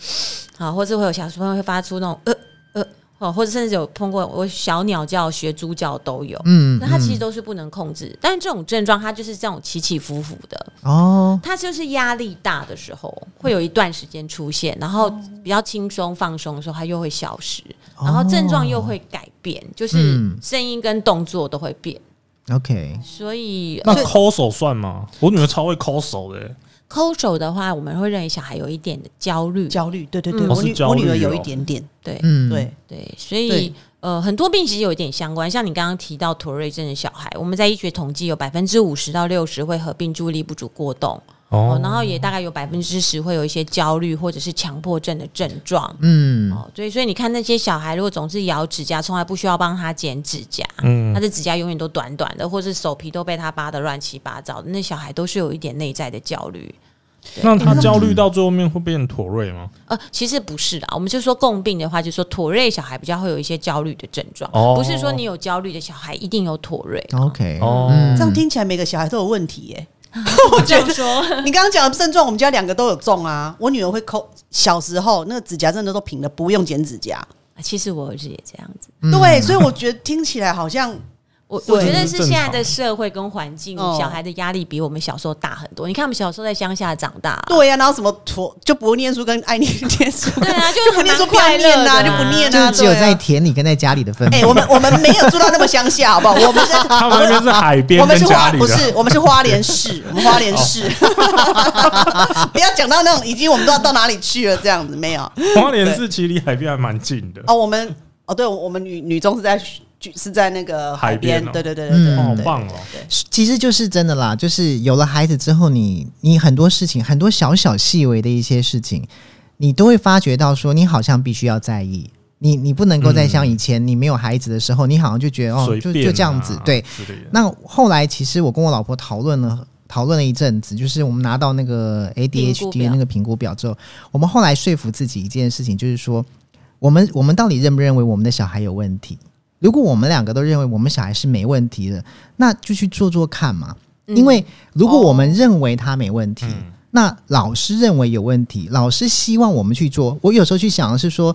Speaker 3: 好，或是会有小朋友会发出那种呃呃，哦，或者甚至有碰过我小鸟叫、学猪叫都有。
Speaker 1: 嗯，
Speaker 3: 那它其实
Speaker 1: 嗯
Speaker 3: 都是不能控制，但是这种症状它就是这种起起伏伏的，
Speaker 1: 哦，
Speaker 3: 它就是压力大的时候会有一段时间出现，然后比较轻松放松的时候它又会消失，然后症状又会改变，就是
Speaker 1: 嗯
Speaker 3: 声音跟动作都会变，
Speaker 1: OK，
Speaker 3: 所以
Speaker 2: 那抠手算吗？我女儿超会抠手的欸，
Speaker 3: 抠手的话，我们会认为小孩有一点的焦虑，
Speaker 4: 焦虑，对对对，
Speaker 2: 哦
Speaker 3: 嗯
Speaker 4: 我
Speaker 2: 是
Speaker 4: 女
Speaker 2: 焦
Speaker 4: 我女
Speaker 2: 虑
Speaker 4: 儿有
Speaker 2: 哦
Speaker 4: 一点点，
Speaker 3: 对
Speaker 1: 嗯，
Speaker 4: 对，
Speaker 3: 对，所以
Speaker 4: 对
Speaker 3: 呃，很多病其实有一点相关，像你刚刚提到妥瑞症的小孩，我们在医学统计有百分之五十到六十会合并注意力不足过动，哦，然后也大概有百分之十会有一些焦虑或者是强迫症的症状。
Speaker 1: 嗯，
Speaker 3: 哦，对，所以你看那些小孩，如果总是咬指甲，从来不需要帮他剪指甲，
Speaker 2: 嗯
Speaker 3: 他的指甲永远都短短的，或是手皮都被他扒得乱七八糟的，那小孩都是有一点内在的焦虑。
Speaker 2: 那她焦虑到最后面会变妥瑞 吗？
Speaker 3: 呃，其实不是啦，我们就说共病的话，就说妥瑞小孩比较会有一些焦虑的症状，
Speaker 2: 哦
Speaker 3: 不是说你有焦虑的小孩一定有妥瑞。
Speaker 1: OK，
Speaker 2: 哦
Speaker 1: 嗯
Speaker 4: 这样听起来每个小孩都有问题耶。
Speaker 3: 我这样说，
Speaker 4: 你刚刚讲的症状，我们家两个都有中啊。我女儿会抠，小时候那个指甲真的都平的，不用剪指甲。
Speaker 3: 其实我儿子也这样子。
Speaker 4: 对，所以我觉得听起来好像
Speaker 3: 我我
Speaker 4: 对
Speaker 3: 觉得
Speaker 2: 这
Speaker 3: 是
Speaker 2: 是
Speaker 3: 现在
Speaker 2: 正
Speaker 3: 的社会跟环境，
Speaker 4: 哦
Speaker 3: 小孩的压力比我们小时候大很多。你看我们小时候在乡下长大、
Speaker 4: 对呀、然后什么妥就不念书跟爱念念 书，
Speaker 3: 对啊，就
Speaker 4: 就不
Speaker 3: 还
Speaker 4: 念
Speaker 3: 蛮
Speaker 4: 书
Speaker 3: 快
Speaker 4: 快
Speaker 3: 乐
Speaker 4: 念
Speaker 3: 的、
Speaker 4: 呐、就不。念
Speaker 1: 就
Speaker 4: 啊，
Speaker 1: 是只有
Speaker 4: 对啊
Speaker 1: 在田里跟在家里的分
Speaker 4: 哎、
Speaker 1: 别。
Speaker 4: 我们我们没有住到那么乡下，好不好？我们是，
Speaker 2: 他们那边是海边
Speaker 4: 啊我们
Speaker 2: 跟
Speaker 4: 是
Speaker 2: 家
Speaker 4: 花，
Speaker 2: 里
Speaker 4: 不
Speaker 2: 的
Speaker 4: 是，我们是花 莲市，我们花莲市。
Speaker 2: 哦
Speaker 4: 不要讲到那种已经我们都要到哪里去了这样子，没有
Speaker 2: 花莲市，其实离海边还蛮近的，
Speaker 4: 哦。我们哦，对，我们女女中是在是在那个
Speaker 2: 海
Speaker 4: 边
Speaker 2: 边哦，
Speaker 4: 对对对对对，
Speaker 1: 嗯
Speaker 2: 好
Speaker 4: 对
Speaker 2: 棒哦！
Speaker 1: 其实就是真的啦，就是有了孩子之后你，你很多事情，很多小小细微的一些事情，你都会发觉到说，你好像必须要在意。你你不能够再像以前你没有孩子的时候，你好像就觉得哦，
Speaker 2: 随
Speaker 1: 就
Speaker 2: 便
Speaker 1: 就这样
Speaker 2: 啊
Speaker 1: 子。对，
Speaker 2: 之类的，
Speaker 1: 那后来其实我跟我老婆讨论了。讨论了一阵子，就是我们拿到那个
Speaker 3: 评估
Speaker 1: ADHD 的
Speaker 3: 表
Speaker 1: 那个评估表之后，我们后来说服自己一件事情，就是说，我们我们到底认不认为我们的小孩有问题？如果我们两个都认为我们小孩是没问题的，那就去做做看嘛。
Speaker 3: 嗯
Speaker 1: 因为如果我们认为他没问题，
Speaker 2: 嗯
Speaker 1: 那老师认为有问题，老师希望我们去做。我有时候去想的是说，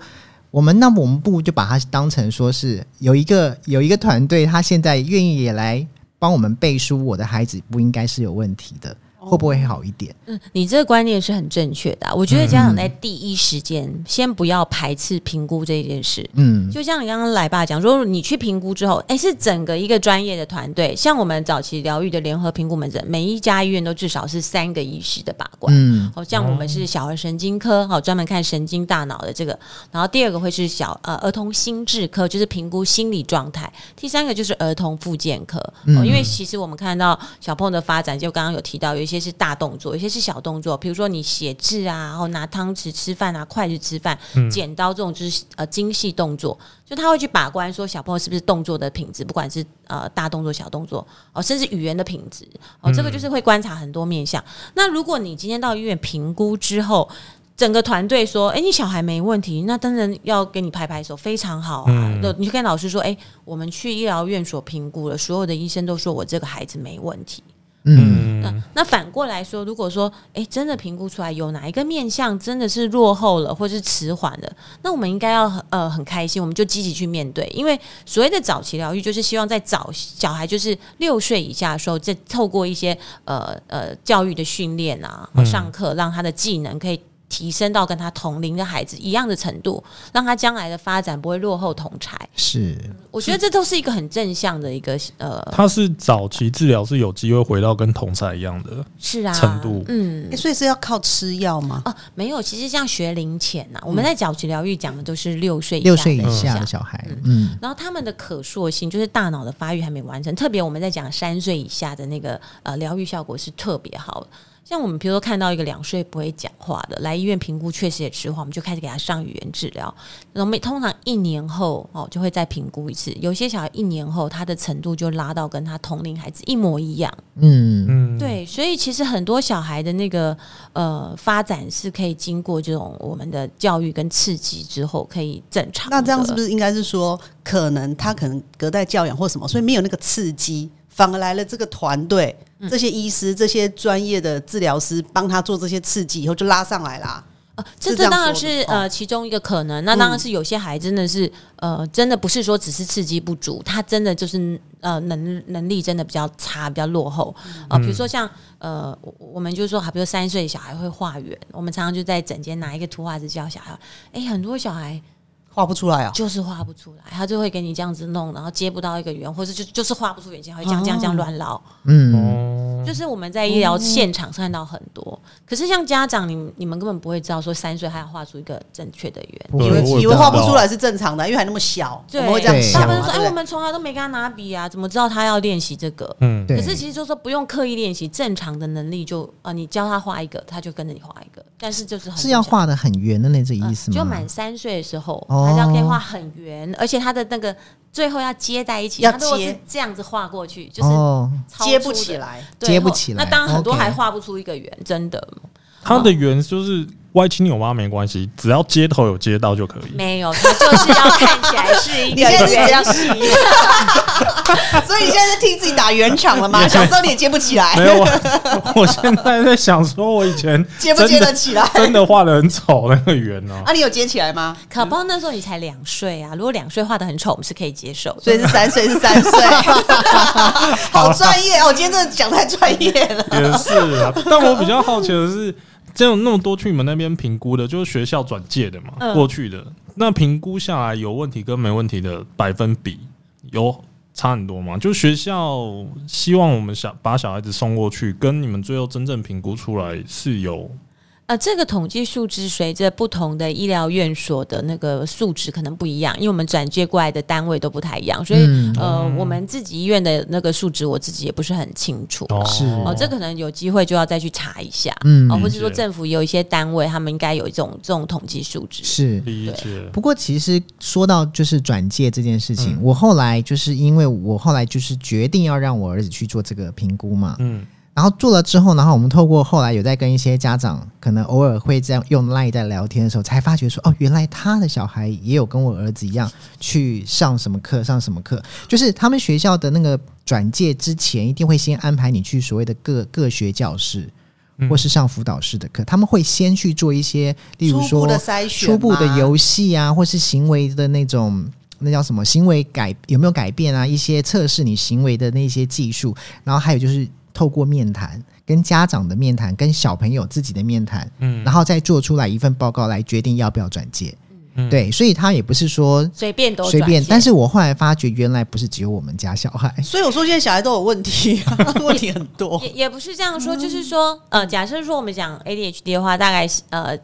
Speaker 1: 我们那么我们不如就把它当成说是有一个有一个团队，他现在愿意也来帮我们背书，我的孩子不应该是有问题的，
Speaker 3: 哦
Speaker 1: 会不会好一点？
Speaker 3: 你这个观念是很正确的啊、我觉得家长在第一时间先不要排斥评估这件事，
Speaker 1: 嗯，
Speaker 3: 就像你刚刚来爸讲，说你去评估之后，哎，是整个一个专业的团队，像我们早期疗愈的联合评估门诊，每一家医院都至少是三个医师的把关。
Speaker 1: 嗯
Speaker 3: 哦，像我们是小儿神经科，好专门看神经大脑的这个，然后第二个会是小呃儿童心智科，就是评估心理状态，第三个就是儿童复健科，哦，因为其实我们看到小朋友的发展，就刚刚有提到，有一些是大动作，有一些是小动作，比如说你写字啊，然后拿汤匙吃饭啊，拿筷子吃饭，剪刀这种就是呃精细动作，就他会去把关说小朋友是不是动作的品质，不管是呃大动作、小动作，哦，甚至语言的品质，哦，这个就是会观察很多面向。那如果你今天到医院评估之后，整个团队说：“哎、你小孩没问题，那当然要给你拍拍手，非常好啊。
Speaker 2: 嗯
Speaker 3: 那你就跟老师说：“哎、我们去医疗院所评估了，所有的医生都说我这个孩子没问题。
Speaker 1: 嗯，
Speaker 2: 嗯
Speaker 3: 那那反过来说，如果说哎、诶真的评估出来有哪一个面相真的是落后了，或是迟缓了，那我们应该要很呃很开心，我们就积极去面对。因为所谓的早期疗愈，就是希望在早小孩就是六岁以下的时候，再透过一些呃呃教育的训练啊，
Speaker 2: 嗯
Speaker 3: 上课让他的技能可以。提升到跟他同龄的孩子一样的程度，让他将来的发展不会落后同才。
Speaker 1: 是
Speaker 3: 我觉得这都是一个很正向的一个呃，
Speaker 2: 他是早期治疗是有机会回到跟同才一样的，
Speaker 3: 是啊，
Speaker 2: 程度
Speaker 3: 嗯
Speaker 4: 哎诶，所以是要靠吃药吗？
Speaker 3: 哦，没有，其实像学龄前呐、我们在早期疗愈讲的都是六岁以下
Speaker 1: 嗯六岁以
Speaker 3: 的
Speaker 1: 下的小孩，嗯
Speaker 3: 然后他们的可塑性就是大脑的发育还没完成，特别我们在讲三岁以下的那个呃疗愈效果是特别好的。像我们比如说看到一个两岁不会讲话的，来医院评估确实也迟缓，我们就开始给他上语言治疗。然后每通常一年后哦就会再评估一次，有些小孩一年后他的程度就拉到跟他同龄孩子一模一样。
Speaker 1: 嗯
Speaker 2: 嗯，，
Speaker 3: 对，所以其实很多小孩的那个呃发展是可以经过这种我们的教育跟刺激之后可以正常的。
Speaker 4: 那这样是不是应该是说，可能他可能隔代教养或什么，所以没有那个刺激，反而来了这个团队、这些医师、这些专业的治疗师帮他做这些刺激，以后就拉上来啦。
Speaker 3: 呃
Speaker 4: 是
Speaker 3: 这
Speaker 4: 这
Speaker 3: 这
Speaker 4: 样
Speaker 3: 当然
Speaker 4: 说
Speaker 3: 是
Speaker 4: 的
Speaker 3: 呃
Speaker 4: 哦嗯
Speaker 3: 其中一个可能。那当然是有些孩真的是呃真的不是说只是刺激不足，他真的就是呃能能力真的比较差，比较落后
Speaker 4: 嗯
Speaker 3: 呃，比如说像呃我我们就说，好比如三岁小孩会画圆，我们常常就在整间拿一个图画纸教小孩，哎，很多小孩
Speaker 4: 画不出来啊，
Speaker 3: 就是画不出来，他就会给你这样子弄，然后接不到一个圆，或是就就是画不出圆形，还会这样这样这样
Speaker 1: 哦
Speaker 3: 乱捞。
Speaker 1: 嗯，
Speaker 2: 哦，
Speaker 3: 就是我们在医疗现场看到很多，可是像家长，你们你们根本不会知道说三岁他要画出一个正确的圆。
Speaker 1: 不
Speaker 2: 对
Speaker 4: 以
Speaker 1: 会
Speaker 4: 为
Speaker 2: 我也
Speaker 4: 以为画
Speaker 2: 不
Speaker 4: 不
Speaker 2: 知道
Speaker 4: 出来是正常的，因为还那么小，我
Speaker 3: 对，
Speaker 4: 们会这样想
Speaker 3: 大
Speaker 4: 嘛。
Speaker 3: 部分说，
Speaker 4: 对不
Speaker 3: 哎，
Speaker 4: 对
Speaker 3: 我们从来都没跟他拿笔啊，怎么知道他要练习这个？
Speaker 2: 嗯，
Speaker 1: 对
Speaker 3: 可是其实就是说不用刻意练习，正常的能力就啊、呃你教他画一个，他就跟着你画一个。但是就是很
Speaker 1: 是要画的很圆的那种
Speaker 3: 嗯
Speaker 1: 意思吗？
Speaker 3: 就满三岁的时候，
Speaker 1: 哦
Speaker 3: 他就要可以画很圆，而且他的那个最后要接在一起。
Speaker 4: 要
Speaker 3: 他如果
Speaker 4: 接
Speaker 3: 是这样子画过去，就是
Speaker 1: 哦，
Speaker 3: 超
Speaker 4: 接不
Speaker 3: 出的
Speaker 4: 起，来，
Speaker 3: 对
Speaker 1: 接不起来
Speaker 3: 那当然很多
Speaker 1: OK
Speaker 3: 还画不出一个圆，真的
Speaker 2: 他的圆就是歪七扭八没关系，只要接头有接到就可以。
Speaker 3: 没有，他就是要看起来是一
Speaker 4: 你
Speaker 3: 个
Speaker 4: 现在是
Speaker 3: 圆
Speaker 4: 怎样洗？啊所以你现在是替自己打圆场了吗？小时候你也接不起来
Speaker 2: 没，有，我 我现在在想说，我以前
Speaker 4: 接不接
Speaker 2: 真的
Speaker 4: 得起来？
Speaker 2: 真的画的很丑那个圆哦，
Speaker 4: 啊，你有接起来吗？
Speaker 3: 可不，那时候你才两岁啊！如果两岁画的很丑，我们是可以接受的。
Speaker 4: 所以是三岁，是三岁， 好专业哦！我今天真的讲太专业了。
Speaker 2: 也是啊。但我比较好奇的是，这样那么多去你们那边评估的，就是学校转介的嘛，
Speaker 3: 嗯
Speaker 2: 过去的那评估下来有问题跟没问题的百分比有差很多吗？就学校希望我们小把小孩子送过去，跟你们最后真正评估出来是有
Speaker 3: 呃，这个统计数值随着不同的医疗院所的那个数值可能不一样，因为我们转接过来的单位都不太一样，所以、
Speaker 1: 嗯
Speaker 3: 呃，我们自己医院的那个数值我自己也不是很清楚。哦
Speaker 1: 是
Speaker 3: 这可能有机会就要再去查一下，
Speaker 1: 嗯
Speaker 3: 哦，或者说
Speaker 2: 理解
Speaker 3: 政府有一些单位，他们应该有一种这种统计数值，
Speaker 1: 是
Speaker 2: 理解
Speaker 1: 不过其实说到就是转介这件事情，
Speaker 2: 嗯
Speaker 1: 我后来就是因为我后来就是决定要让我儿子去做这个评估嘛，
Speaker 2: 嗯
Speaker 1: 然后做了之后，然后我们透过后来有在跟一些家长，可能偶尔会这样用 LINE 在聊天的时候，才发觉说，哦，原来他的小孩也有跟我儿子一样去上什么课，上什么课，就是他们学校的那个转介之前，一定会先安排你去所谓的各各学教室。或是上辅导室的课，他们会先去做一些，例如
Speaker 4: 初
Speaker 1: 说
Speaker 4: 步的筛选嘛，
Speaker 1: 初步的游戏啊，或是行为的那种。那叫什么行为改有没有改变啊？一些测试你行为的那些技术，然后还有就是透过面谈、跟家长的面谈、跟小朋友自己的面谈，
Speaker 2: 嗯
Speaker 1: 然后再做出来一份报告来决定要不要转介。
Speaker 2: 嗯
Speaker 1: 对，所以他也不是说
Speaker 3: 随便都
Speaker 1: 随便
Speaker 3: 转，介
Speaker 1: 但是我后来发觉，原来不是只有我们家小孩，
Speaker 4: 所以我说现在小孩都有问题、 啊，问题很
Speaker 1: 哦
Speaker 4: 多
Speaker 3: 也。也不是这样
Speaker 1: 嗯
Speaker 3: 说，就是说，呃，假设说我们讲 ADHD 的话，大概是呃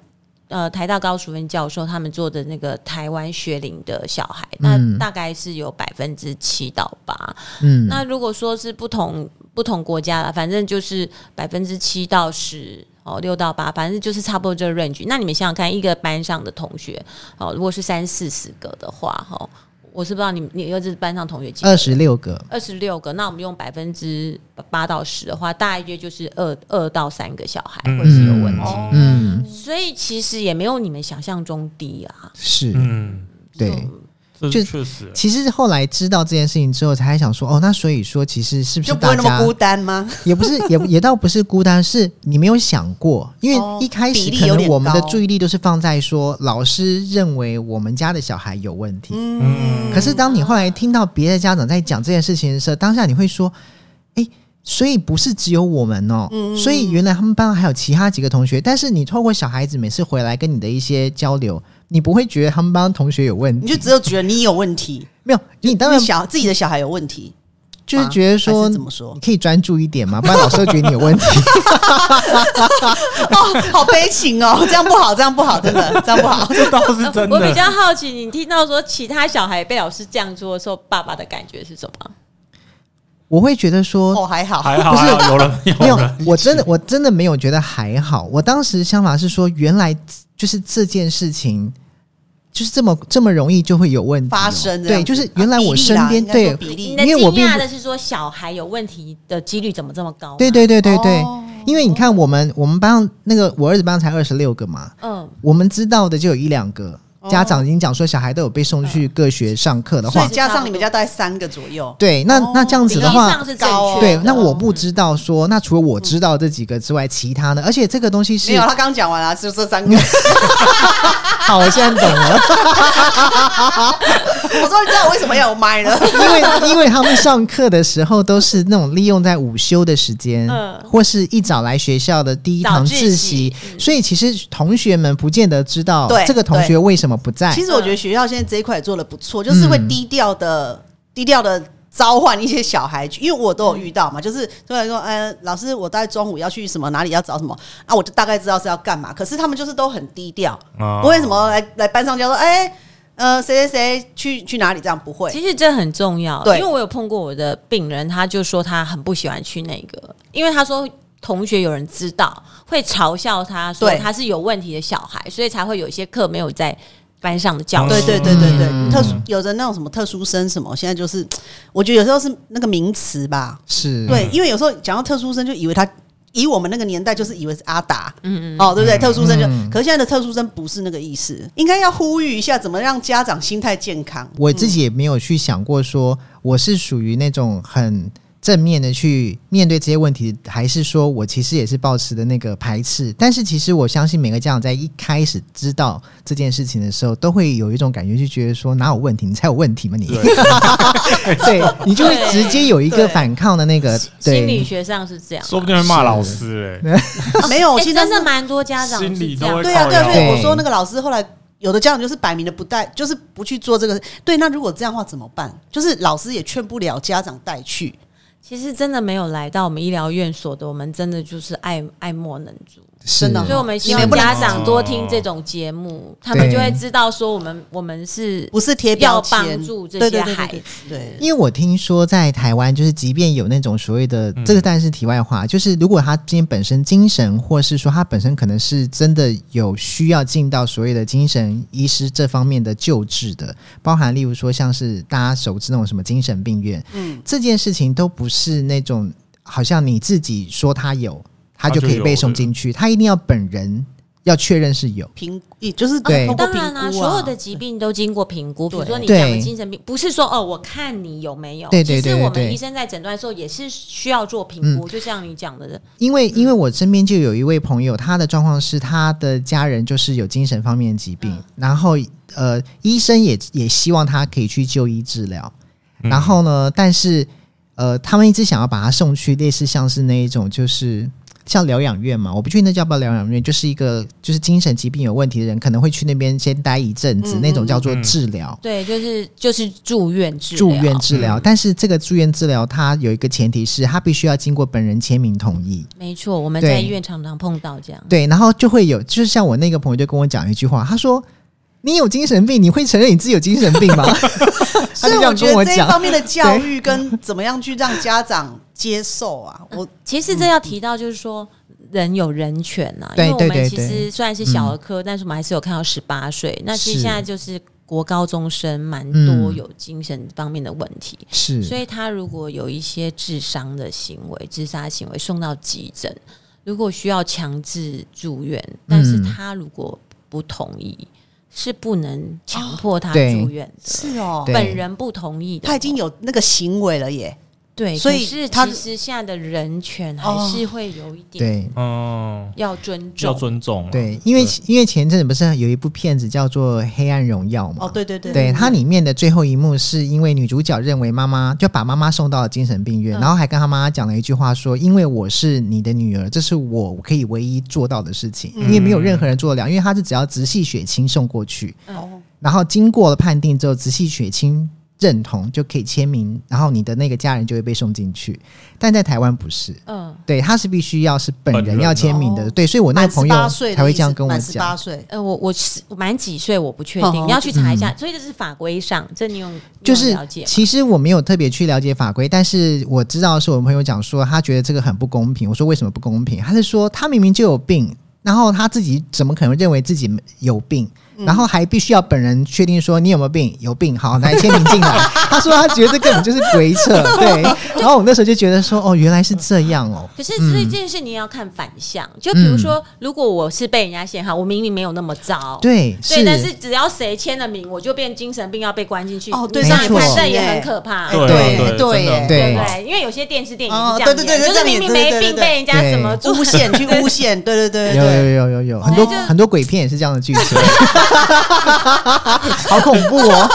Speaker 3: 呃，台大高淑芬教授他们做的那个台湾学龄的小孩，那
Speaker 1: 嗯
Speaker 3: 大概是有百分之七到八。
Speaker 1: 嗯，
Speaker 3: 那如果说是不同不同国家啦，反正就是百分之七到十。哦，六到八，反正就是差不多这个 range。那你们想想看，一个班上的同学，哦，如果是三四十个的话，哈、我是不知道你你儿子班上同学几
Speaker 1: 二十六个，
Speaker 3: 二十六个，那我们用百分之八到十的话，大约就是二二到三个小
Speaker 2: 嗯
Speaker 3: 孩会是有问题，
Speaker 2: 哦
Speaker 1: 嗯，
Speaker 3: 所以其实也没有你们想象中低啊。
Speaker 1: 是，
Speaker 2: 嗯，
Speaker 1: 对。
Speaker 2: 这
Speaker 1: 就是
Speaker 2: 确实，
Speaker 1: 其实后来知道这件事情之后，才想说，哦，那所以说，其实是不是
Speaker 4: 就不
Speaker 1: 大
Speaker 4: 会那么
Speaker 1: 家
Speaker 4: 孤单吗？
Speaker 1: 也不是也也倒不是孤单，是你没有想过，因
Speaker 4: 哦
Speaker 1: 为一开始
Speaker 4: 比例
Speaker 1: 可
Speaker 4: 有
Speaker 1: 能
Speaker 4: 点
Speaker 1: 我们的
Speaker 4: 高
Speaker 1: 注意力都是放在说老师认为我们家的小孩有问题，
Speaker 2: 嗯，
Speaker 1: 可是当你后来听到别的家长在讲这件事情的时候，当下你会说，哎、所以不是只有我们哦、
Speaker 4: 嗯
Speaker 1: 所以原来他们班上还有其他几个同学，但是你透过小孩子每次回来跟你的一些交流，你不会觉得他们班同学有问
Speaker 4: 你
Speaker 1: 题，
Speaker 4: 就只有觉得你有问题，
Speaker 1: 没有，你当然
Speaker 4: 你小自己的小孩有问题，
Speaker 1: 就是觉得
Speaker 4: 还
Speaker 1: 说
Speaker 4: 是怎么说
Speaker 1: 你？哦可以专注一点嘛，不然老师会觉得你有问题。
Speaker 4: 哦，好悲情哦， 这样不好，这样不好，真的，这样 不好。
Speaker 2: 这倒是真
Speaker 3: 呃我比
Speaker 2: 的。
Speaker 3: 较好奇，你听到说其他小孩被老师这样做的时候，爸爸的感觉是什么？
Speaker 1: 我会觉得说，
Speaker 4: 哦，还好，
Speaker 2: 还好，还好有人
Speaker 1: 没
Speaker 2: 有
Speaker 1: 有
Speaker 2: 人，，
Speaker 1: 我真的我真的没有觉得还好。我当时想法是说，原来就是这件事情。就是这么这么容易就会有问题哦、
Speaker 4: 发生这样
Speaker 1: 对，
Speaker 4: 子
Speaker 1: 就是原来我身边、
Speaker 4: 啊比例啦
Speaker 1: 对
Speaker 4: 应该说比
Speaker 3: 你
Speaker 4: 例
Speaker 3: 的
Speaker 1: 因
Speaker 3: 惊
Speaker 1: 为我并
Speaker 3: 讶
Speaker 1: 不
Speaker 3: 的是说小孩有问题的几率怎么这么高？啊
Speaker 1: 对，对对对对，
Speaker 4: 哦
Speaker 1: 因为你看我们我们班上那个我儿子班上才二十六个嘛，
Speaker 3: 嗯，
Speaker 1: 我们知道的就有一两个家长已经讲说小孩都有被送去各学上课的
Speaker 4: 哦所
Speaker 1: 话
Speaker 4: 以，加上你们家大概三个左右，
Speaker 1: 对，那那这样
Speaker 3: 比
Speaker 1: 子
Speaker 3: 例
Speaker 1: 的话
Speaker 3: 上，是正
Speaker 4: 高哦
Speaker 3: 确的。
Speaker 1: 对，那我不知道说，那除了我知道这几个之外，其他呢？而且这个东西是
Speaker 4: 没有，他刚讲完了，啊就 这三个。
Speaker 1: 好，我现在懂 了。
Speaker 4: 我说你知道为什么要有麦呢？
Speaker 1: 因为因为他们上课的时候都是那种利用在午休的时间，
Speaker 3: 嗯
Speaker 1: 或是一早来学校的第一堂
Speaker 3: 早自
Speaker 1: 自
Speaker 3: 习
Speaker 1: 习，所以其实同学们不见得知道
Speaker 4: 嗯对
Speaker 1: 这个同学为什么不在
Speaker 4: 其。实我觉得学校现在这一块也做的不错，就是会低调的、低调的召唤一些小孩去，因为我都有遇到嘛，就是突然说，哎，老师，我大概中午要去什么哪里要找什么啊，我就大概知道是要干嘛。可是他们就是都很低调，
Speaker 2: 啊
Speaker 4: 不会什么来来班上叫说，哎，呃，谁谁谁去去哪里这样不会。
Speaker 3: 其实这很重要，
Speaker 4: 对
Speaker 3: 因为我有碰过我的病人，他就说他很不喜欢去那个，因为他说同学有人知道会嘲笑他，说
Speaker 4: 对
Speaker 3: 他是有问题的小孩，所以才会有一些课没有在班上的教室。
Speaker 4: 对对对对对，
Speaker 1: 嗯
Speaker 4: 特殊有的那种什么特殊生什么，现在就是，我觉得有时候是那个名词吧，
Speaker 1: 是，
Speaker 4: 对，因为有时候讲到特殊生，就以为他以我们那个年代就是以为是阿达，嗯嗯，哦，对不对？特殊生就，可是现在的特殊生不是那个意思，应该要呼吁一下，怎么让家长心态健康。
Speaker 1: 我自己也没有去想过说我是属于那种很。正面的去面对这些问题，还是说我其实也是抱持的那个排斥？但是其实我相信每个家长在一开始知道这件事情的时候，都会有一种感觉，就觉得说哪有问题？你才有问题嘛你！ 对你就会直接有一个
Speaker 4: 对
Speaker 1: 反抗的那个
Speaker 3: 心理
Speaker 1: 对，
Speaker 3: 学上是这样，
Speaker 2: 说不定会骂老师哎，
Speaker 4: 嗯没有，
Speaker 3: 哎
Speaker 4: 其实
Speaker 3: 真
Speaker 4: 哦
Speaker 3: 的
Speaker 4: 但是
Speaker 3: 蛮多家长
Speaker 2: 心里
Speaker 3: 是这
Speaker 2: 都会
Speaker 3: 样。
Speaker 4: 对啊，对啊，
Speaker 2: 靠
Speaker 4: 所
Speaker 2: 腰
Speaker 4: 以我说那个老师后来。有的家长就是摆明的不带，就是不去做这个。对，那如果这样的话怎么办？就是老师也劝不了家长带去。
Speaker 3: 其实真的没有来到我们医疗院所的，我们真的就是爱爱莫能助。
Speaker 1: 是
Speaker 4: 真的
Speaker 3: 所以我们希
Speaker 4: 你
Speaker 3: 望
Speaker 4: 们不能
Speaker 3: 家长多听这种节目，他们就会知道说我们我们是
Speaker 4: 不是贴标
Speaker 3: 要
Speaker 4: 签
Speaker 3: 帮助这
Speaker 4: 对
Speaker 3: 些
Speaker 4: 对对对
Speaker 3: 孩子
Speaker 4: 对。对，
Speaker 1: 因为我听说在台湾，就是即便有那种所谓的这个，但是题外话，就是如果他今天本身精神，或是说他本身可能是真的有需要进到所谓的精神医师这方面的救治的，包含例如说像是大家熟知那种什么精神病院，嗯，这件事情都不是那种好像你自己说他有，他就可以被送进去，他一定要本人要确认是有，
Speaker 4: 评也就是
Speaker 1: 对
Speaker 4: 通过
Speaker 3: 当
Speaker 4: 评
Speaker 3: 然
Speaker 4: 估
Speaker 3: 啦、
Speaker 4: 啊，
Speaker 3: 所有的疾病都经过评估。比如说你
Speaker 1: 对
Speaker 3: 讲的精神病，不是说哦，我看你有没有。
Speaker 1: 对对对
Speaker 3: 其实我
Speaker 1: 对嗯
Speaker 3: 们
Speaker 1: 对
Speaker 3: 医生在诊断的时候也是需要做评估，就像你讲的，
Speaker 1: 因
Speaker 2: 嗯
Speaker 1: 为因为我身边就有一位朋友，他的状况是他的家人就是有精神方面的疾病，
Speaker 2: 嗯
Speaker 1: 然后呃，医生也也希望他可以去就医治疗，
Speaker 2: 嗯
Speaker 1: 然后呢，但是呃，他们一直想要把他送去类似像是那一种就是。像疗养院嘛，我不确定那叫不叫疗养院，就是一个就是精神疾病有问题的人可能会去那边先待一阵子，那种叫做
Speaker 2: 嗯
Speaker 1: 治疗。
Speaker 3: 对，就是就是住院治疗
Speaker 1: 住院治疗，
Speaker 2: 嗯
Speaker 1: 但是这个住院治疗它有一个前提是，他必须要经过本人签名同意。
Speaker 3: 没错，我们在
Speaker 1: 对
Speaker 3: 医院常常碰到这样。
Speaker 1: 对，然后就会有，就是像我那个朋友就跟我讲一句话，他说：“你有精神病，你会承认你自己有精神病吗？”他
Speaker 4: 所
Speaker 1: 就
Speaker 4: 以
Speaker 1: 这样
Speaker 4: 我
Speaker 1: 跟
Speaker 4: 觉得这一
Speaker 1: 讲
Speaker 4: 方。面的教 育跟怎么样去让家长接受啊， 我
Speaker 3: 其实这要提到就是说。人有人权呐、啊
Speaker 1: 对
Speaker 3: 因为我
Speaker 1: 对
Speaker 3: 们
Speaker 1: 对嗯
Speaker 3: 其实虽然是小儿科，但是我们还是有看到十八岁。那其实
Speaker 1: 是
Speaker 3: 现在就是国高中生蛮多
Speaker 1: 嗯
Speaker 3: 有精神方面的问题，
Speaker 1: 是，
Speaker 3: 所以他如果有一些自伤的行为、自杀行为送到急诊，如果需要强制住院，但
Speaker 1: 嗯
Speaker 3: 是他如果不同意，是不能强迫他
Speaker 1: 对
Speaker 3: 住院的。
Speaker 4: 是哦
Speaker 1: 对
Speaker 3: 本人不同意的，
Speaker 4: 他已经有那个行为了耶。
Speaker 3: 对，
Speaker 4: 所
Speaker 3: 可
Speaker 4: 以
Speaker 3: 是
Speaker 4: 他哦
Speaker 3: 其实现在的人权还是会有一点
Speaker 1: 对
Speaker 2: 嗯，
Speaker 3: 要尊重，
Speaker 2: 要尊重啊，
Speaker 1: 对，因为因为前阵子不是有一部片子叫做《黑暗荣耀》嘛？
Speaker 4: 哦，对对对，
Speaker 1: 对它里面的最后一幕，是因为女主角认为妈妈就把妈妈送到了精神
Speaker 4: 嗯
Speaker 1: 病院，然后还跟她妈妈讲了一句话说：“因为我是你的女儿，这是我可以唯一做到的事情，
Speaker 4: 嗯
Speaker 1: 因为没有任何人做得了，因为她是只要直系血亲送过去，
Speaker 4: 哦
Speaker 1: 然后经过了判定之后，直系血亲认同就可以签名，然后你的那个家人就会被送进去。但在台湾不是，
Speaker 3: 嗯。
Speaker 1: 对，他是必须要是本
Speaker 2: 本
Speaker 1: 人
Speaker 2: 人
Speaker 1: 要
Speaker 2: 啊
Speaker 1: 签名的，
Speaker 4: 哦
Speaker 1: 对，所以我那
Speaker 4: 满
Speaker 1: 个朋
Speaker 4: 十
Speaker 1: 友
Speaker 4: 八岁
Speaker 1: 才会这样跟我
Speaker 4: 十八
Speaker 1: 讲。
Speaker 4: 岁，
Speaker 3: 呃，我我是我满几岁我不确
Speaker 4: 哦
Speaker 3: 定，你要去查一
Speaker 1: 嗯
Speaker 3: 下，所以这是法规上，这你有你有
Speaker 1: 就是
Speaker 3: 了解吗
Speaker 1: 其实我没有特别去了解法规，但是我知道是我朋友讲说他觉得这个很不公平。我说为什么不公平？他是说他明明就有病，然后他自己怎么可能认为自己有病？
Speaker 3: 嗯
Speaker 1: 然后还必须要本人确定说你有没有病，有病，好来签名进来。他说他觉得这根本就是鬼扯， 对。然后我那时候就觉得说哦，原来是这样哦，
Speaker 3: 可是所以这件事你也要看反向，
Speaker 4: 嗯
Speaker 3: 就比如说，如果我是被人家陷害，我明明没有那么糟，
Speaker 1: 对，
Speaker 3: 对，但是只要谁签了名，我就变精神病要被关进去。
Speaker 4: 哦对
Speaker 3: 你想想
Speaker 1: 没
Speaker 3: 看
Speaker 1: 错
Speaker 3: 这也很可怕。
Speaker 2: 对
Speaker 1: 对
Speaker 2: 啊
Speaker 4: 对
Speaker 2: 对真的
Speaker 3: 对
Speaker 1: 对
Speaker 3: 不对，因为有些电视电影
Speaker 4: 哦
Speaker 3: 是这样演，
Speaker 4: 对对对对
Speaker 3: 就是
Speaker 4: 这样
Speaker 3: 明
Speaker 4: 演
Speaker 3: 明
Speaker 4: 对对
Speaker 3: 没
Speaker 4: 对
Speaker 3: 病
Speaker 4: 对哦
Speaker 3: 被人家
Speaker 1: 对
Speaker 3: 什么做
Speaker 4: 诬陷去诬陷，对对对
Speaker 1: 有有
Speaker 4: 对
Speaker 1: 有有有，很多
Speaker 3: 所以就
Speaker 1: 很多鬼片也是这样的剧情， 好恐怖哦！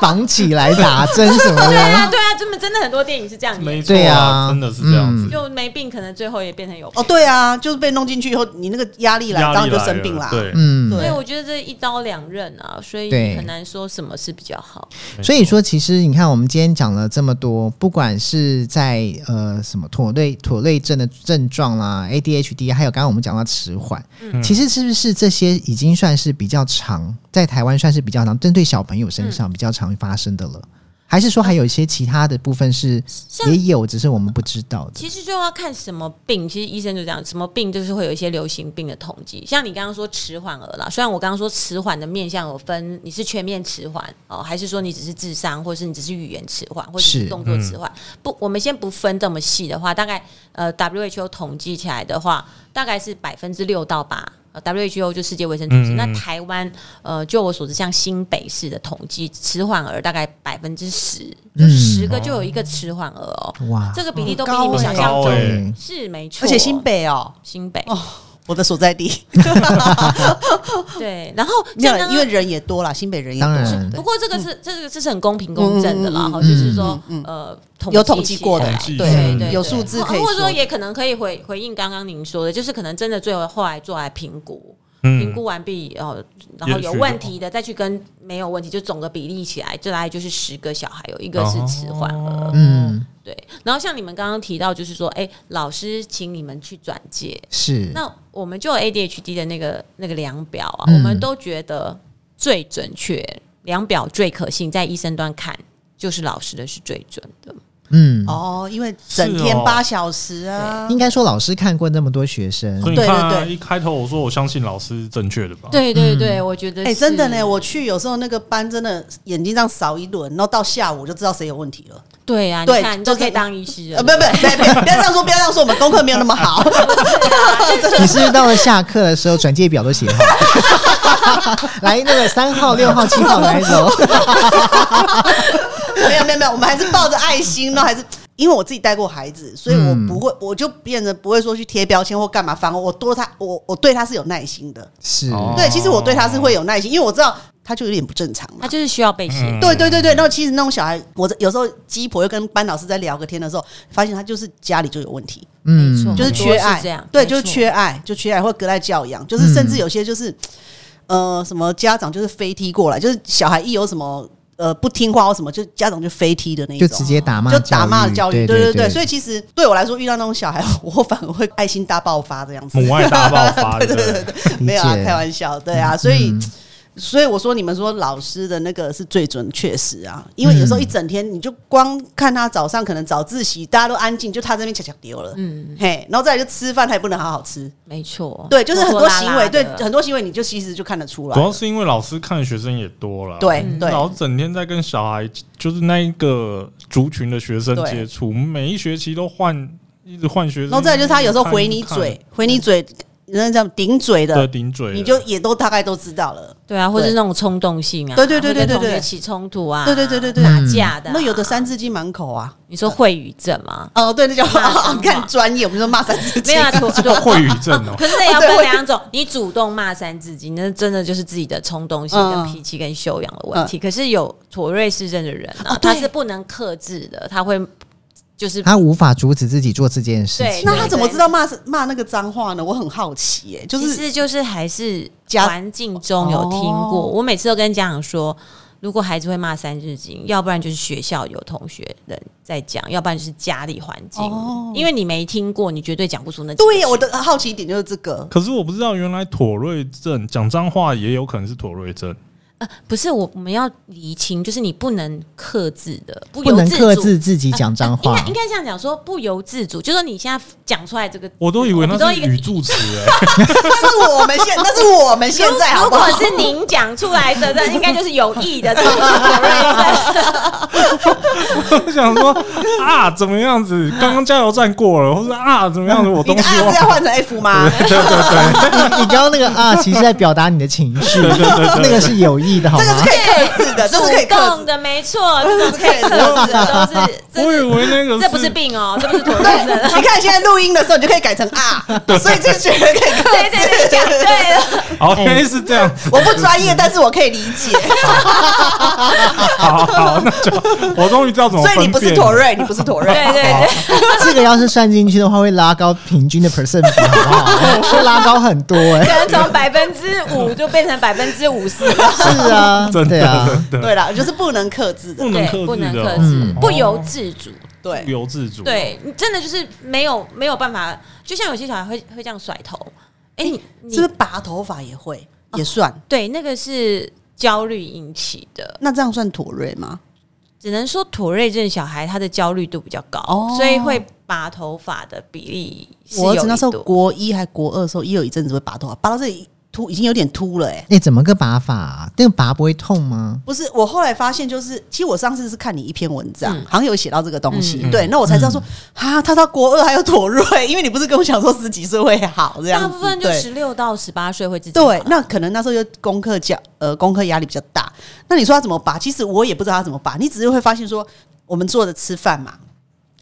Speaker 1: 绑起来打针什么
Speaker 3: 对啊，
Speaker 1: 的，
Speaker 3: 对啊，真的真的很多电影是这样
Speaker 2: 没
Speaker 3: 演，
Speaker 2: 错
Speaker 1: 对啊
Speaker 2: 真的是这样子，
Speaker 3: 就没病可能最后也变成有病。
Speaker 4: 哦，对啊，就是被弄进去以后，你那个压力来，
Speaker 2: 压
Speaker 4: 当
Speaker 2: 力
Speaker 4: 然就
Speaker 2: 来
Speaker 4: 生
Speaker 2: 了
Speaker 4: 病啦。
Speaker 2: 对，
Speaker 1: 嗯，
Speaker 3: 所以
Speaker 4: 对
Speaker 3: 我觉得这一刀两刃啊，所以
Speaker 1: 对
Speaker 3: 很难说什么是比较好。
Speaker 2: 没
Speaker 1: 所以
Speaker 2: 错
Speaker 1: 说其实你看，我们今天讲了这么多，不管是在呃什么妥瑞妥瑞症的症状啦、ADHD，还有刚刚我们讲到迟缓，
Speaker 3: 嗯
Speaker 1: 其实是不是这些已经算是比较常在台湾算是比较常针对小朋友身上
Speaker 3: 嗯
Speaker 1: 比较常发生的了？还是说还有一些其他的部分是
Speaker 3: 像
Speaker 1: 也有，只是我们不知道的？
Speaker 3: 其实就要看什么病，其实医生就这样，什么病就是会有一些流行病的统计。像你刚刚说迟缓儿啦，虽然我刚刚说迟缓的面向有分，你是全面迟缓哦，还是说你只是智商，或是你只是语言迟缓，或者
Speaker 1: 是嗯
Speaker 3: 是动作迟缓？不，我们先不分这么细的话，大概呃 WHO 统计起来的话，大概是百分之六到八。呃 WHO 就世界卫生组
Speaker 2: 嗯
Speaker 3: 织，
Speaker 2: 嗯
Speaker 3: 那
Speaker 2: 嗯
Speaker 3: 台湾呃，就我所知，像新北市的统计，迟缓儿大概百分之十，就
Speaker 1: 嗯
Speaker 3: 十个就有一个迟缓儿哦。
Speaker 1: 哇，
Speaker 3: 这个比例都比
Speaker 4: 很高
Speaker 3: 你们
Speaker 4: 欸
Speaker 3: 想象
Speaker 2: 很
Speaker 3: 中、
Speaker 2: 高欸
Speaker 1: 对
Speaker 3: 是没错，
Speaker 4: 而且新北哦，
Speaker 3: 新北、
Speaker 4: 哦我的所在地，
Speaker 3: 对，然后
Speaker 4: 没有
Speaker 3: 像刚，刚
Speaker 4: 因为嗯人也多啦，新北人也多
Speaker 1: 当，然
Speaker 3: 不过这个是、这个这是很公平公正的
Speaker 4: 嗯
Speaker 3: 啦，哈、就是说、呃统
Speaker 4: 有统计过的
Speaker 3: 起来
Speaker 4: 啦，
Speaker 2: 统计
Speaker 3: 对
Speaker 2: 起来
Speaker 3: 对
Speaker 2: 嗯
Speaker 3: 对，
Speaker 4: 有数字可以
Speaker 3: 或者
Speaker 4: 说
Speaker 3: 说也可能可以回回应刚刚您说的，就是可能真的最后后来做来评估。
Speaker 2: 嗯
Speaker 3: 评估完毕，然后然后有问题的再去跟没有问题，就总个比例起来，就大概就是十个小孩有一个是
Speaker 2: 哦
Speaker 3: 迟缓儿，
Speaker 1: 嗯，
Speaker 3: 对。然后像你们刚刚提到，就是说，哎，老师请你们去转介，
Speaker 1: 是，
Speaker 3: 那我们就 ADHD 的那个那个量表啊，
Speaker 1: 嗯
Speaker 3: 我们都觉得最准确，量表最可信，在医生端看就是老师的是最准的。
Speaker 1: 嗯，
Speaker 4: 哦，因为整天
Speaker 2: 是哦
Speaker 4: 八小时啊，
Speaker 1: 应该说老师看过那么多学生，
Speaker 2: 所以
Speaker 4: 对
Speaker 2: 你
Speaker 4: 对
Speaker 2: 看啊，
Speaker 4: 对
Speaker 2: 一开头我说我相信老师是正确的吧？
Speaker 3: 对对对，我觉得
Speaker 4: 哎、真的呢，我去有时候那个班真的眼睛这样扫一轮，然后到下午我就知道谁有问题了。
Speaker 3: 对啊，你
Speaker 4: 对
Speaker 3: 看你都
Speaker 4: 就是
Speaker 3: 可以当医师
Speaker 4: 呃，
Speaker 3: 了
Speaker 4: 不。不不，不要这样说，不要这样说，我们功课没有那么好。
Speaker 1: 你是不是到了下课的时候转借表都写好？ 来，那个三号、六号、七号来走。
Speaker 4: 没有没有没有，我们还是抱着爱心，然后还是因为我自己带过孩子，所以我不会，我就变得不会说去贴标签或干嘛，反而我多他，我我对他是有耐心的。
Speaker 1: 是，
Speaker 2: 哦
Speaker 4: 对，其实我对他是会有耐心，因为我知道他就有点不正常嘛
Speaker 3: 他。就是需要被写，
Speaker 4: 对对对对，然后其实那种小孩，我有时候鸡婆又跟班老师在聊个天的时候，发现他就是家里就有问题，
Speaker 3: 没错
Speaker 1: 嗯，
Speaker 4: 就是缺爱，
Speaker 3: 很多是这样
Speaker 4: 对，
Speaker 3: 没错
Speaker 4: 就是缺爱，就缺爱或隔代教养，就是
Speaker 1: 嗯
Speaker 4: 甚至有些就是、呃什么家长就是飞踢过来，就是小孩一有什么呃不听话或什么，就家长就飞踢的那一
Speaker 1: 就
Speaker 4: 种。
Speaker 1: 直接打骂，
Speaker 4: 就打骂的教育，对
Speaker 1: 对
Speaker 4: 对对，
Speaker 1: 对，
Speaker 4: 所以其实对我来说，遇到那种小孩， 我反而会爱心大爆发这样子。
Speaker 2: 母爱大爆发，
Speaker 4: 对
Speaker 2: 对不
Speaker 4: 对
Speaker 2: 对
Speaker 4: 对对，没有啊，
Speaker 1: 理解
Speaker 4: 开玩笑，对啊，所以
Speaker 1: 嗯
Speaker 4: 所以我说，你们说老师的那个是最准，确实啊，因为有时候一整天你就光看他早上可能早自习，大家都安静，就他这边悄悄丢了，嗯，嘿，然后再来就吃饭，他也不能好好吃，
Speaker 3: 没错，
Speaker 4: 对，就是很
Speaker 3: 拖
Speaker 4: 多
Speaker 3: 拖拉
Speaker 4: 行
Speaker 3: 拉
Speaker 4: 为，对
Speaker 3: 的，
Speaker 4: 很多行为你就其实就看得出来
Speaker 2: 主要
Speaker 4: 了，
Speaker 2: 是因为老师看的学生也多了，
Speaker 4: 对对
Speaker 2: 然后整天在跟小孩，就是那一个族群的学生
Speaker 4: 对
Speaker 2: 接触，每一学期都换，一直换学生。
Speaker 4: 然后再来就是他有时候回你
Speaker 2: 看
Speaker 4: 嘴，，回你嘴，那叫顶嘴
Speaker 2: 看对，
Speaker 4: 的，
Speaker 2: 顶嘴了，
Speaker 4: 你就也都大概都知道了。
Speaker 3: 对啊，或者
Speaker 4: 对
Speaker 3: 那种冲动性啊，
Speaker 4: 对对对对
Speaker 3: 会跟
Speaker 4: 对对
Speaker 3: 同学起冲突啊，
Speaker 4: 对对对对对
Speaker 3: 打架的啊，
Speaker 4: 那有的三字经满口啊，
Speaker 3: 你说会语症 吗？
Speaker 4: 哦，对，那叫
Speaker 3: 骂脏话
Speaker 4: 看专业，我们就骂三字经
Speaker 3: 没有啊，我
Speaker 2: 这个
Speaker 3: 我
Speaker 2: 会语症哦、
Speaker 3: 可是那也要分两种，你主动骂三字经，那真的就是自己的冲动性、
Speaker 4: 嗯
Speaker 3: 跟脾气、跟修养的问题。可是有妥瑞氏症的人啊，
Speaker 4: 哦对
Speaker 3: 他是不能克制的，他会就是
Speaker 1: 他无法阻止自己做这件事
Speaker 3: 对
Speaker 1: 情。
Speaker 4: 那他怎么知道骂是骂那个脏话呢？我很好奇耶、就
Speaker 3: 其
Speaker 4: 是
Speaker 3: 实就是还是
Speaker 4: 家
Speaker 3: 环境中有听过。
Speaker 4: 哦
Speaker 3: 我每次都跟家长说，如果孩子会骂三字经，要不然就是学校有同学人在讲，要不然就是家里环境，
Speaker 4: 哦
Speaker 3: 因为你没听过，你绝对讲不出那几个
Speaker 4: 对耶，
Speaker 3: 字
Speaker 4: 我的好奇点就是这个。
Speaker 2: 可是我不知道，原来妥瑞症讲脏话也有可能是妥瑞症，
Speaker 3: 呃，不是我我们要厘清，就是你不能克制的，不
Speaker 1: 不
Speaker 3: 由
Speaker 1: 能
Speaker 3: 自
Speaker 1: 克
Speaker 3: 主
Speaker 1: 制自己讲脏
Speaker 3: 应
Speaker 1: 话
Speaker 3: 该？应该这样讲，说不由自主，就说你现在讲出来这个，
Speaker 2: 我都以为
Speaker 3: 你
Speaker 2: 那
Speaker 3: 都
Speaker 2: 是
Speaker 3: 一个
Speaker 2: 语助词哎、
Speaker 4: 但是我们现，但是我们现在好
Speaker 3: 如
Speaker 4: 不
Speaker 3: 果
Speaker 4: 好？
Speaker 3: 是您讲出来的，那应该就是有意的，这个是妥瑞症
Speaker 2: 我想说啊，怎么样子？刚刚加油站过了，或者啊，怎么样子？我
Speaker 4: 你
Speaker 2: 东
Speaker 4: 的
Speaker 2: 西
Speaker 4: R
Speaker 2: 忘
Speaker 3: 啊
Speaker 4: 是要换成 F 吗？
Speaker 1: 你你刚刚那个啊，其实在表达你的情绪，那个是有意的，好
Speaker 4: 这个是
Speaker 1: 吗？
Speaker 4: 可以克制的，这是可以
Speaker 3: 主
Speaker 4: 克制
Speaker 3: 动
Speaker 4: 的。
Speaker 3: 的，没错，这种可以克制的都是，这
Speaker 2: 我以为那个
Speaker 3: 这不是病哦，这不是妥瑞症。
Speaker 4: 你看现在录音的时候，你就可以改成 R，所以这绝对可以克
Speaker 3: 对对对，讲
Speaker 4: 制。
Speaker 3: 对了，
Speaker 2: 好，
Speaker 1: 哎
Speaker 2: 原来是这样子。
Speaker 4: 我不专业，但是我可以理 解。
Speaker 2: 好好，那就我终于知道怎么
Speaker 4: 所
Speaker 2: 分辨
Speaker 4: 以你
Speaker 2: 了。
Speaker 4: 不是妥瑞，你不是妥
Speaker 3: 对
Speaker 4: 瑞。
Speaker 3: 对对。
Speaker 1: 这个要是算进去的话，会拉高平均的 percent 比，好不好？会拉高很多哎、
Speaker 3: 可能从百分之五就变成百分之五十，
Speaker 1: 是啊，
Speaker 2: 真
Speaker 1: 对
Speaker 2: 的、
Speaker 1: 啊，
Speaker 2: 真的
Speaker 4: 对啦，就是不能克制的
Speaker 2: 不。能克
Speaker 3: 对，
Speaker 2: 制
Speaker 3: 不能
Speaker 2: 的哦
Speaker 3: 克制
Speaker 1: 嗯，
Speaker 3: 不由自主，
Speaker 2: 不
Speaker 4: 对，
Speaker 2: 由自主。，
Speaker 3: 对你真的就是没有没有办法，就像有些小孩会会这样甩头，哎、你
Speaker 4: 是不
Speaker 3: 你
Speaker 4: 是拔头发也会也算？
Speaker 3: 对那个是焦虑引起的，
Speaker 4: 那这样算妥瑞吗？
Speaker 3: 只能说妥瑞症小孩他的焦虑度比较高，
Speaker 4: 哦
Speaker 3: 所以会拔头发的比例是
Speaker 4: 我
Speaker 3: 有
Speaker 4: 儿子那
Speaker 3: 一
Speaker 4: 时候
Speaker 3: 度
Speaker 4: 国一还国二的时候，也有一阵子会拔头发，拔到这里秃已经有点秃了、欸，
Speaker 1: 哎、怎么个拔法、啊？那个拔不会痛吗？
Speaker 4: 不是，我后来发现，就是其实我上次是看你一篇文章，
Speaker 3: 嗯
Speaker 4: 好像有写到这个东西，
Speaker 2: 嗯
Speaker 4: 对，那我才知道说，啊，他到国二还有妥瑞，因为你不是跟我讲说十几岁会好这样子，
Speaker 3: 大部分就
Speaker 4: 对
Speaker 3: 十六到十八岁会自己
Speaker 4: 对，
Speaker 3: 拔
Speaker 4: 那可能那时候就功课教呃功课压力比较大。那你说他怎么拔？其实我也不知道他怎么拔，你只是会发现说，我们坐着吃饭嘛，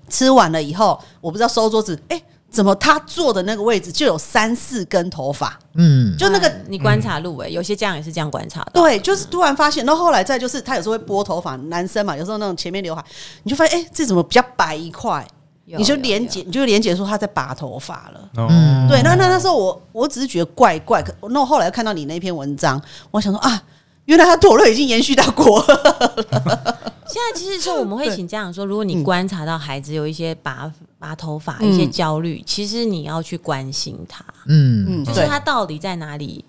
Speaker 4: 吃完了以后，我不知道收桌子，哎、怎么他坐的那个位置就有三四根头发，
Speaker 1: 嗯，
Speaker 4: 就那个
Speaker 3: 嗯你观察入围、有些家长也是这样观察的，啊
Speaker 4: 对，就是突然发现，然后后来再就是他有时候会拨头发，男生嘛，有时候那种前面刘海，你就发现哎、诶这怎么比较白一块？
Speaker 3: 有
Speaker 4: 你就
Speaker 3: 有
Speaker 4: 连
Speaker 3: 有
Speaker 4: 结，你就连结说他在拔头发了。
Speaker 2: 哦、
Speaker 1: 嗯
Speaker 4: 对，那那那时候我我只是觉得怪怪，可哦那我后来看到你那篇文章，我想说啊，原来他妥瑞已经延续到国了。
Speaker 3: 现在其实是我们会请家长说，如果你观察到孩子有一些拔拔头发、
Speaker 4: 嗯
Speaker 3: 一些焦虑，其实你要去关心他，
Speaker 1: 嗯，
Speaker 3: 就是他到底在哪里，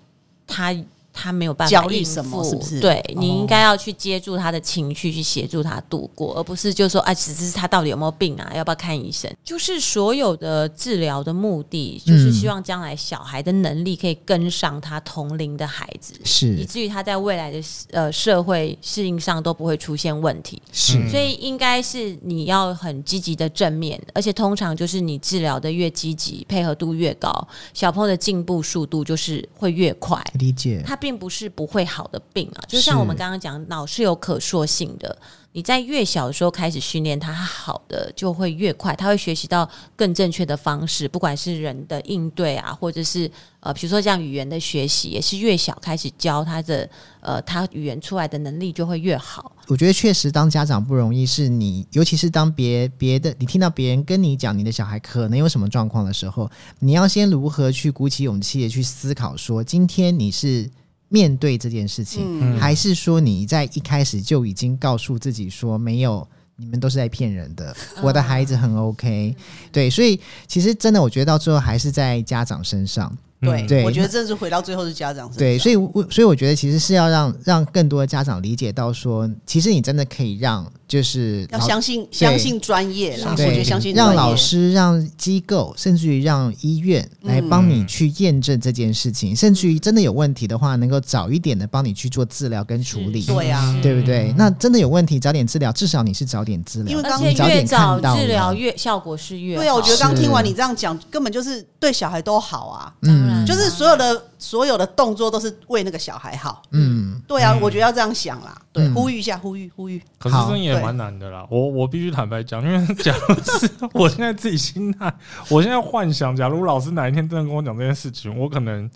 Speaker 3: 他他没有办法
Speaker 4: 焦虑
Speaker 3: 应付
Speaker 4: 什么是不是
Speaker 3: 对
Speaker 4: 哦
Speaker 3: 你应该要去接住他的情绪，去协助他度过，而不是就说哎，只是他到底有没有病啊，要不要看医生？就是所有的治疗的目的，就是希望将来小孩的能力可以跟上他同龄的孩子。以
Speaker 1: 是
Speaker 3: 至于他在未来的呃社会适应上都不会出现问题。
Speaker 1: 是，
Speaker 2: 嗯
Speaker 3: 所以应该是你要很积极的正面，而且通常就是你治疗的越积极，配合度越高，小朋友的进步速度就是会越快。
Speaker 1: 理解，
Speaker 3: 它并不是不会好的病啊，就像我们刚刚讲，脑是有可塑性的。你在越小的时候开始训练它，它好的就会越快，它会学习到更正确的方式，不管是人的应对啊，或者是呃，比如说像语言的学习，也是越小开始教他的呃，他语言出来的能力就会越好。
Speaker 1: 我觉得确实当家长不容易，是你，尤其是当别别的你听到别人跟你讲你的小孩可能有什么状况的时候，你要先如何去鼓起勇气的去思考说，今天你是面对这件事情，还是说你在一开始就已经告诉自己说没有？你们都是在骗人的，我的孩子很 OK，、对，所以其实真的，我觉得到最后还是在家长身上。
Speaker 4: 对，
Speaker 1: 嗯对
Speaker 4: 我觉得真的是回到最后是家长身上
Speaker 1: 对，所以我所以我觉得其实是要让让更多的家长理解到说，其实你真的可以让就是
Speaker 4: 要
Speaker 1: 老
Speaker 4: 相信相信专业啦，我
Speaker 1: 对
Speaker 4: 觉得相信专
Speaker 1: 让
Speaker 4: 业
Speaker 1: 老师、让机构，甚至于让医院来帮
Speaker 4: 嗯
Speaker 1: 你去验证这件事情，甚至于真的有问题的话，能够早一点的帮你去做治疗跟处理，
Speaker 4: 对啊，
Speaker 1: 对不对？那真的有问题，早点治疗，至少你是早点治疗，
Speaker 4: 因为
Speaker 3: 而
Speaker 4: 刚
Speaker 3: 且
Speaker 1: 你早
Speaker 3: 越
Speaker 1: 点
Speaker 3: 早
Speaker 1: 看到
Speaker 3: 治疗
Speaker 1: 了
Speaker 3: 越效果是越
Speaker 4: 对啊，
Speaker 3: 好
Speaker 4: 我觉得刚
Speaker 1: 是
Speaker 4: 听完你这样讲，根本就是对小孩都好啊，
Speaker 1: 嗯
Speaker 3: 当然
Speaker 4: 就是所有的所有的动作都是为那个小孩好。
Speaker 1: 嗯。
Speaker 4: 对啊，我觉得要这样想啦，对，
Speaker 1: 嗯
Speaker 4: 呼吁一下，呼吁呼吁，
Speaker 2: 可是
Speaker 1: 好
Speaker 2: 这也
Speaker 4: 对
Speaker 2: 蛮难的啦，我我必须坦白讲，因为假如 是我现在自己心态，我现在幻想，假如老师哪一天真的跟我讲这件事情，我可能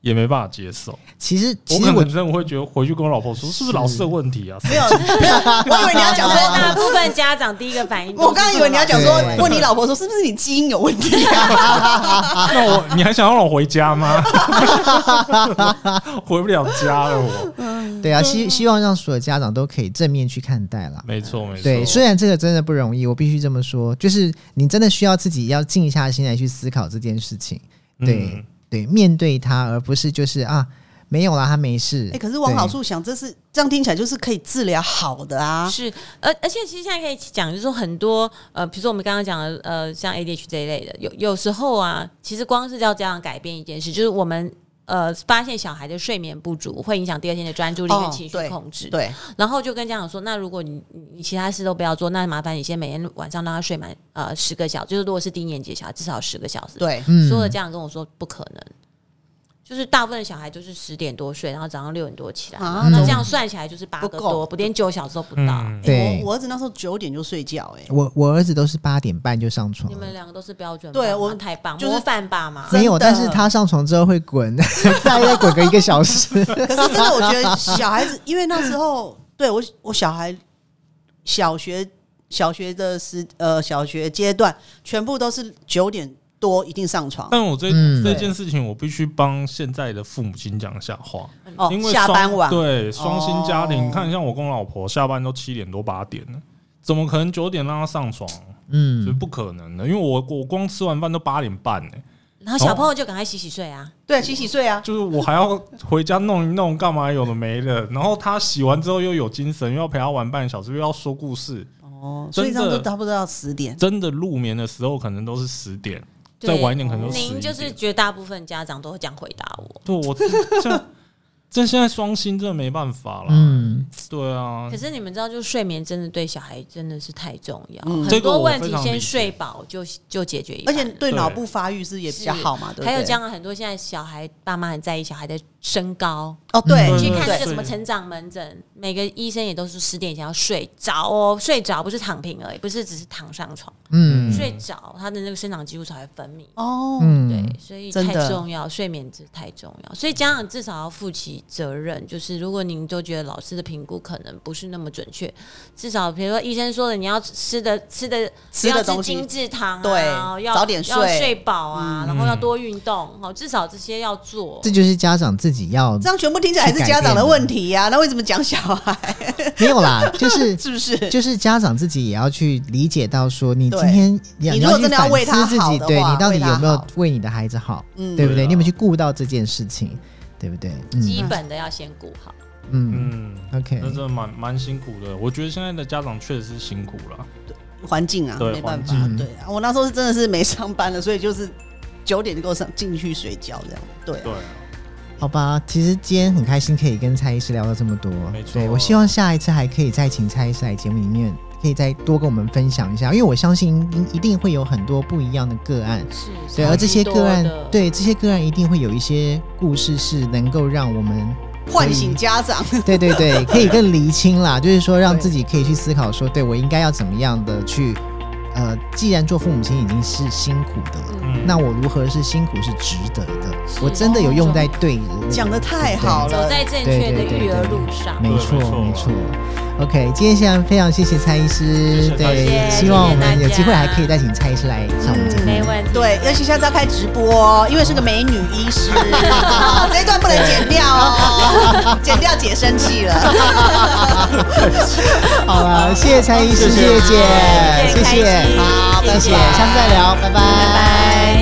Speaker 2: 也没办法接受，
Speaker 1: 其实，
Speaker 2: 我
Speaker 1: 其实
Speaker 2: 可
Speaker 1: 我
Speaker 2: 能真的会觉得回去跟我老婆说，是不是老师的问题啊？
Speaker 4: 没 有没有，我以为你要讲
Speaker 3: 所以大
Speaker 4: 说，
Speaker 3: 部分家长第一个反应都是，
Speaker 4: 我刚刚以为你要讲说
Speaker 1: 对，
Speaker 4: 问你老婆说是不是你基因有问 题啊？
Speaker 2: 那我你还想让我回家吗？ 回不了家了我，
Speaker 1: 对啊，希希望让所有家长都可以正面去看待啦。
Speaker 2: 没错没错，
Speaker 1: 对，虽然这个真的不容易，我必须这么说，就是你真的需要自己要静下心来去思考这件事情。对、
Speaker 2: 嗯
Speaker 1: 对，面对它，而不是就是啊，没有啦，他没事。
Speaker 4: 哎，可是往好
Speaker 1: 对
Speaker 4: 处想，这是这样听起来就是可以治疗好的啊，
Speaker 3: 是，而而且其实现在可以讲，就是说很多呃，比如说我们刚刚讲的呃，像 ADH 这一类的，有有时候啊，其实光是要这样改变一件事，就是我们呃发现小孩的睡眠不足会影响第二天的专注力
Speaker 4: 哦
Speaker 3: 跟情绪
Speaker 4: 对
Speaker 3: 控制，
Speaker 4: 对，
Speaker 3: 然后就跟家长说，那如果你你你其他事都不要做，那麻烦你先每天晚上让他睡满呃十个小时，就是如果是低年级的小孩，至少十个小时。，
Speaker 4: 对，
Speaker 1: 嗯
Speaker 3: 所有的家长跟我说不可能，就是大部分的小孩就是十点多睡，然后早上六点多起来，
Speaker 1: 嗯
Speaker 4: 啊
Speaker 3: 那这样算起来就是八个
Speaker 4: 不够
Speaker 3: 多，不连九小时都不到。
Speaker 2: 嗯
Speaker 1: 对
Speaker 4: 我我儿子那时候九点就睡觉，哎，
Speaker 1: 我我儿子都是八点半就上床
Speaker 3: 你
Speaker 1: 了，
Speaker 3: 们两个都是标准爸妈，
Speaker 4: 对我
Speaker 3: 太棒，
Speaker 4: 就是
Speaker 3: 模范爸妈。
Speaker 4: 真
Speaker 1: 没有，
Speaker 4: 的
Speaker 1: 但是他上床之后会滚， 大概滚个一个小 时。
Speaker 4: 可是真的，我觉得小孩子，因为那时候 对我，我小孩小学小学的时呃小学阶段，全部都是九点多一定上床
Speaker 2: 但我这、
Speaker 1: 嗯
Speaker 2: 这件事情，我必须帮现在的父母亲讲一下话，
Speaker 4: 哦
Speaker 2: 嗯因，为
Speaker 4: 下
Speaker 2: 双
Speaker 4: 班晚。
Speaker 2: 对双薪家庭，
Speaker 4: 哦
Speaker 2: 你看像我跟我老婆下班都七点多八点了，怎么可能九点让她上床？所以
Speaker 1: 嗯，
Speaker 2: 不可能的，因为我我光吃完饭都八点半呢、
Speaker 3: 然后小朋友就赶快洗洗睡啊，
Speaker 4: 对，洗洗睡啊，
Speaker 2: 就是我还要回家弄一弄，干嘛有的没的。然后她洗完之后又有精神，又要陪她玩半小时，又要说故事。
Speaker 4: 哦，所以这样都差不多到十点。
Speaker 2: 真的入眠的时候可能都是十点，再
Speaker 3: 对
Speaker 2: 晚一点可能都11点
Speaker 3: 您就是绝大部分家长都会这样回答我。
Speaker 2: 对我这这现在双薪真的没办法了。
Speaker 1: 嗯，
Speaker 2: 对啊
Speaker 3: 可，是你们知道，就是睡眠真的对小孩真的是太重要，
Speaker 4: 嗯
Speaker 2: 这个
Speaker 3: 很多
Speaker 2: 我
Speaker 3: 问
Speaker 2: 非
Speaker 3: 题
Speaker 2: 常理
Speaker 3: 先
Speaker 2: 解
Speaker 3: 睡饱就就解决一
Speaker 4: 而
Speaker 3: 半了，
Speaker 4: 且对脑部发育是也比较好嘛，对不对？
Speaker 3: 还有将来很多现在小孩爸妈很在意小孩的身高，
Speaker 4: 哦，对，
Speaker 2: 嗯
Speaker 3: 去看那
Speaker 4: 对
Speaker 3: 个什么成长门诊，每个医生也都是十点以前要睡着哦，睡着不是躺平而已，不是只是躺上床，
Speaker 1: 嗯
Speaker 2: 嗯
Speaker 3: 睡着他的那个生长激素才会分泌。
Speaker 4: 哦，
Speaker 1: 嗯，
Speaker 3: 对，所以
Speaker 4: 真
Speaker 3: 太
Speaker 4: 的
Speaker 3: 重要，睡眠真的太重要。所以家长至少要负起责任，就是如果您都觉得老师的评估可能不是那么准确，至少比如说医生说的，你要吃的吃的
Speaker 4: 吃的
Speaker 3: 不要
Speaker 4: 东西
Speaker 3: 精致糖、啊，
Speaker 4: 对
Speaker 3: 要
Speaker 4: 早点
Speaker 3: 要
Speaker 4: 睡嗯
Speaker 3: 睡饱啊，然后要多运动，好，至少这些要做
Speaker 1: 这。就是家长自己要
Speaker 4: 这样全部听起来还是家长的问题呀、那为什么讲小孩？
Speaker 1: 没有啦，就是
Speaker 4: 是不是？
Speaker 1: 就是家长自己也要去理解到说，你今
Speaker 4: 对
Speaker 1: 天要
Speaker 4: 你
Speaker 1: 你
Speaker 4: 如果
Speaker 1: 去
Speaker 4: 真的要
Speaker 1: 反
Speaker 4: 为他
Speaker 1: 思自
Speaker 4: 好
Speaker 1: 己，
Speaker 4: 的
Speaker 1: 对
Speaker 4: 话
Speaker 1: 你到底
Speaker 4: 为他
Speaker 1: 有没有
Speaker 4: 好
Speaker 1: 为你的孩子好，
Speaker 4: 嗯
Speaker 1: 对不对？
Speaker 2: 对啊
Speaker 1: 你有没有去顾到这件事情，对不对？嗯
Speaker 3: 基本的要先顾好，
Speaker 1: 嗯
Speaker 2: 嗯，
Speaker 1: ，OK，
Speaker 2: 那真的蛮蛮辛苦的。我觉得现在的家长确实是辛苦了。
Speaker 4: 环境啊，
Speaker 2: 对
Speaker 4: 没办法
Speaker 1: 环境，
Speaker 4: 对啊，我那时候是真的是没上班了，所以就是九点就给我上进去睡觉这样，对啊、
Speaker 2: 对，
Speaker 1: 好吧。其实今天很开心可以跟蔡医师聊到这么多，
Speaker 2: 没错
Speaker 1: 对我希望下一次还可以再请蔡医师来节目里面。可以再多跟我们分享一下，因为我相信一一定会有很多不一样的个案，
Speaker 3: 是
Speaker 1: 对，
Speaker 3: 超
Speaker 1: 而
Speaker 3: 级
Speaker 1: 这些
Speaker 3: 多
Speaker 1: 个案
Speaker 3: 的，
Speaker 1: 对这些个案一定会有一些故事是能够让我们
Speaker 4: 唤醒家长，
Speaker 1: 对对对，可以更厘清啦，就是说让自己可以去思考说，对我应该要怎么样的去，呃，既然做父母亲已经是辛苦的了，
Speaker 2: 嗯
Speaker 1: 那我如何是辛苦是值得的？我真的有用在对的那个
Speaker 4: 讲的太好
Speaker 3: 走
Speaker 4: 了。
Speaker 3: 在正
Speaker 1: 对
Speaker 3: 确的
Speaker 1: 对对
Speaker 3: 育儿
Speaker 1: 对
Speaker 3: 路上。
Speaker 1: 没错
Speaker 2: 对没错
Speaker 1: 没错。OK，今天现在非常谢谢蔡医
Speaker 2: 谢
Speaker 1: 师
Speaker 2: 谢，蔡医师
Speaker 1: 对，
Speaker 3: 谢谢
Speaker 1: 希望我们有机会
Speaker 3: 大家
Speaker 1: 还可以再请蔡医师来上我们节目。
Speaker 3: 没问题，
Speaker 4: 对，而且下次要开直播哦，因为是个美女医师，哦这一段不能剪掉哦，剪掉姐生气了。
Speaker 1: 好了，谢谢蔡医师，谢
Speaker 2: 谢
Speaker 1: 谢
Speaker 2: 谢
Speaker 1: 姐，谢
Speaker 3: 谢谢
Speaker 1: 谢
Speaker 3: 开心，
Speaker 1: 好，
Speaker 3: 谢谢
Speaker 1: 谢谢，下次再聊，拜拜
Speaker 3: 拜拜。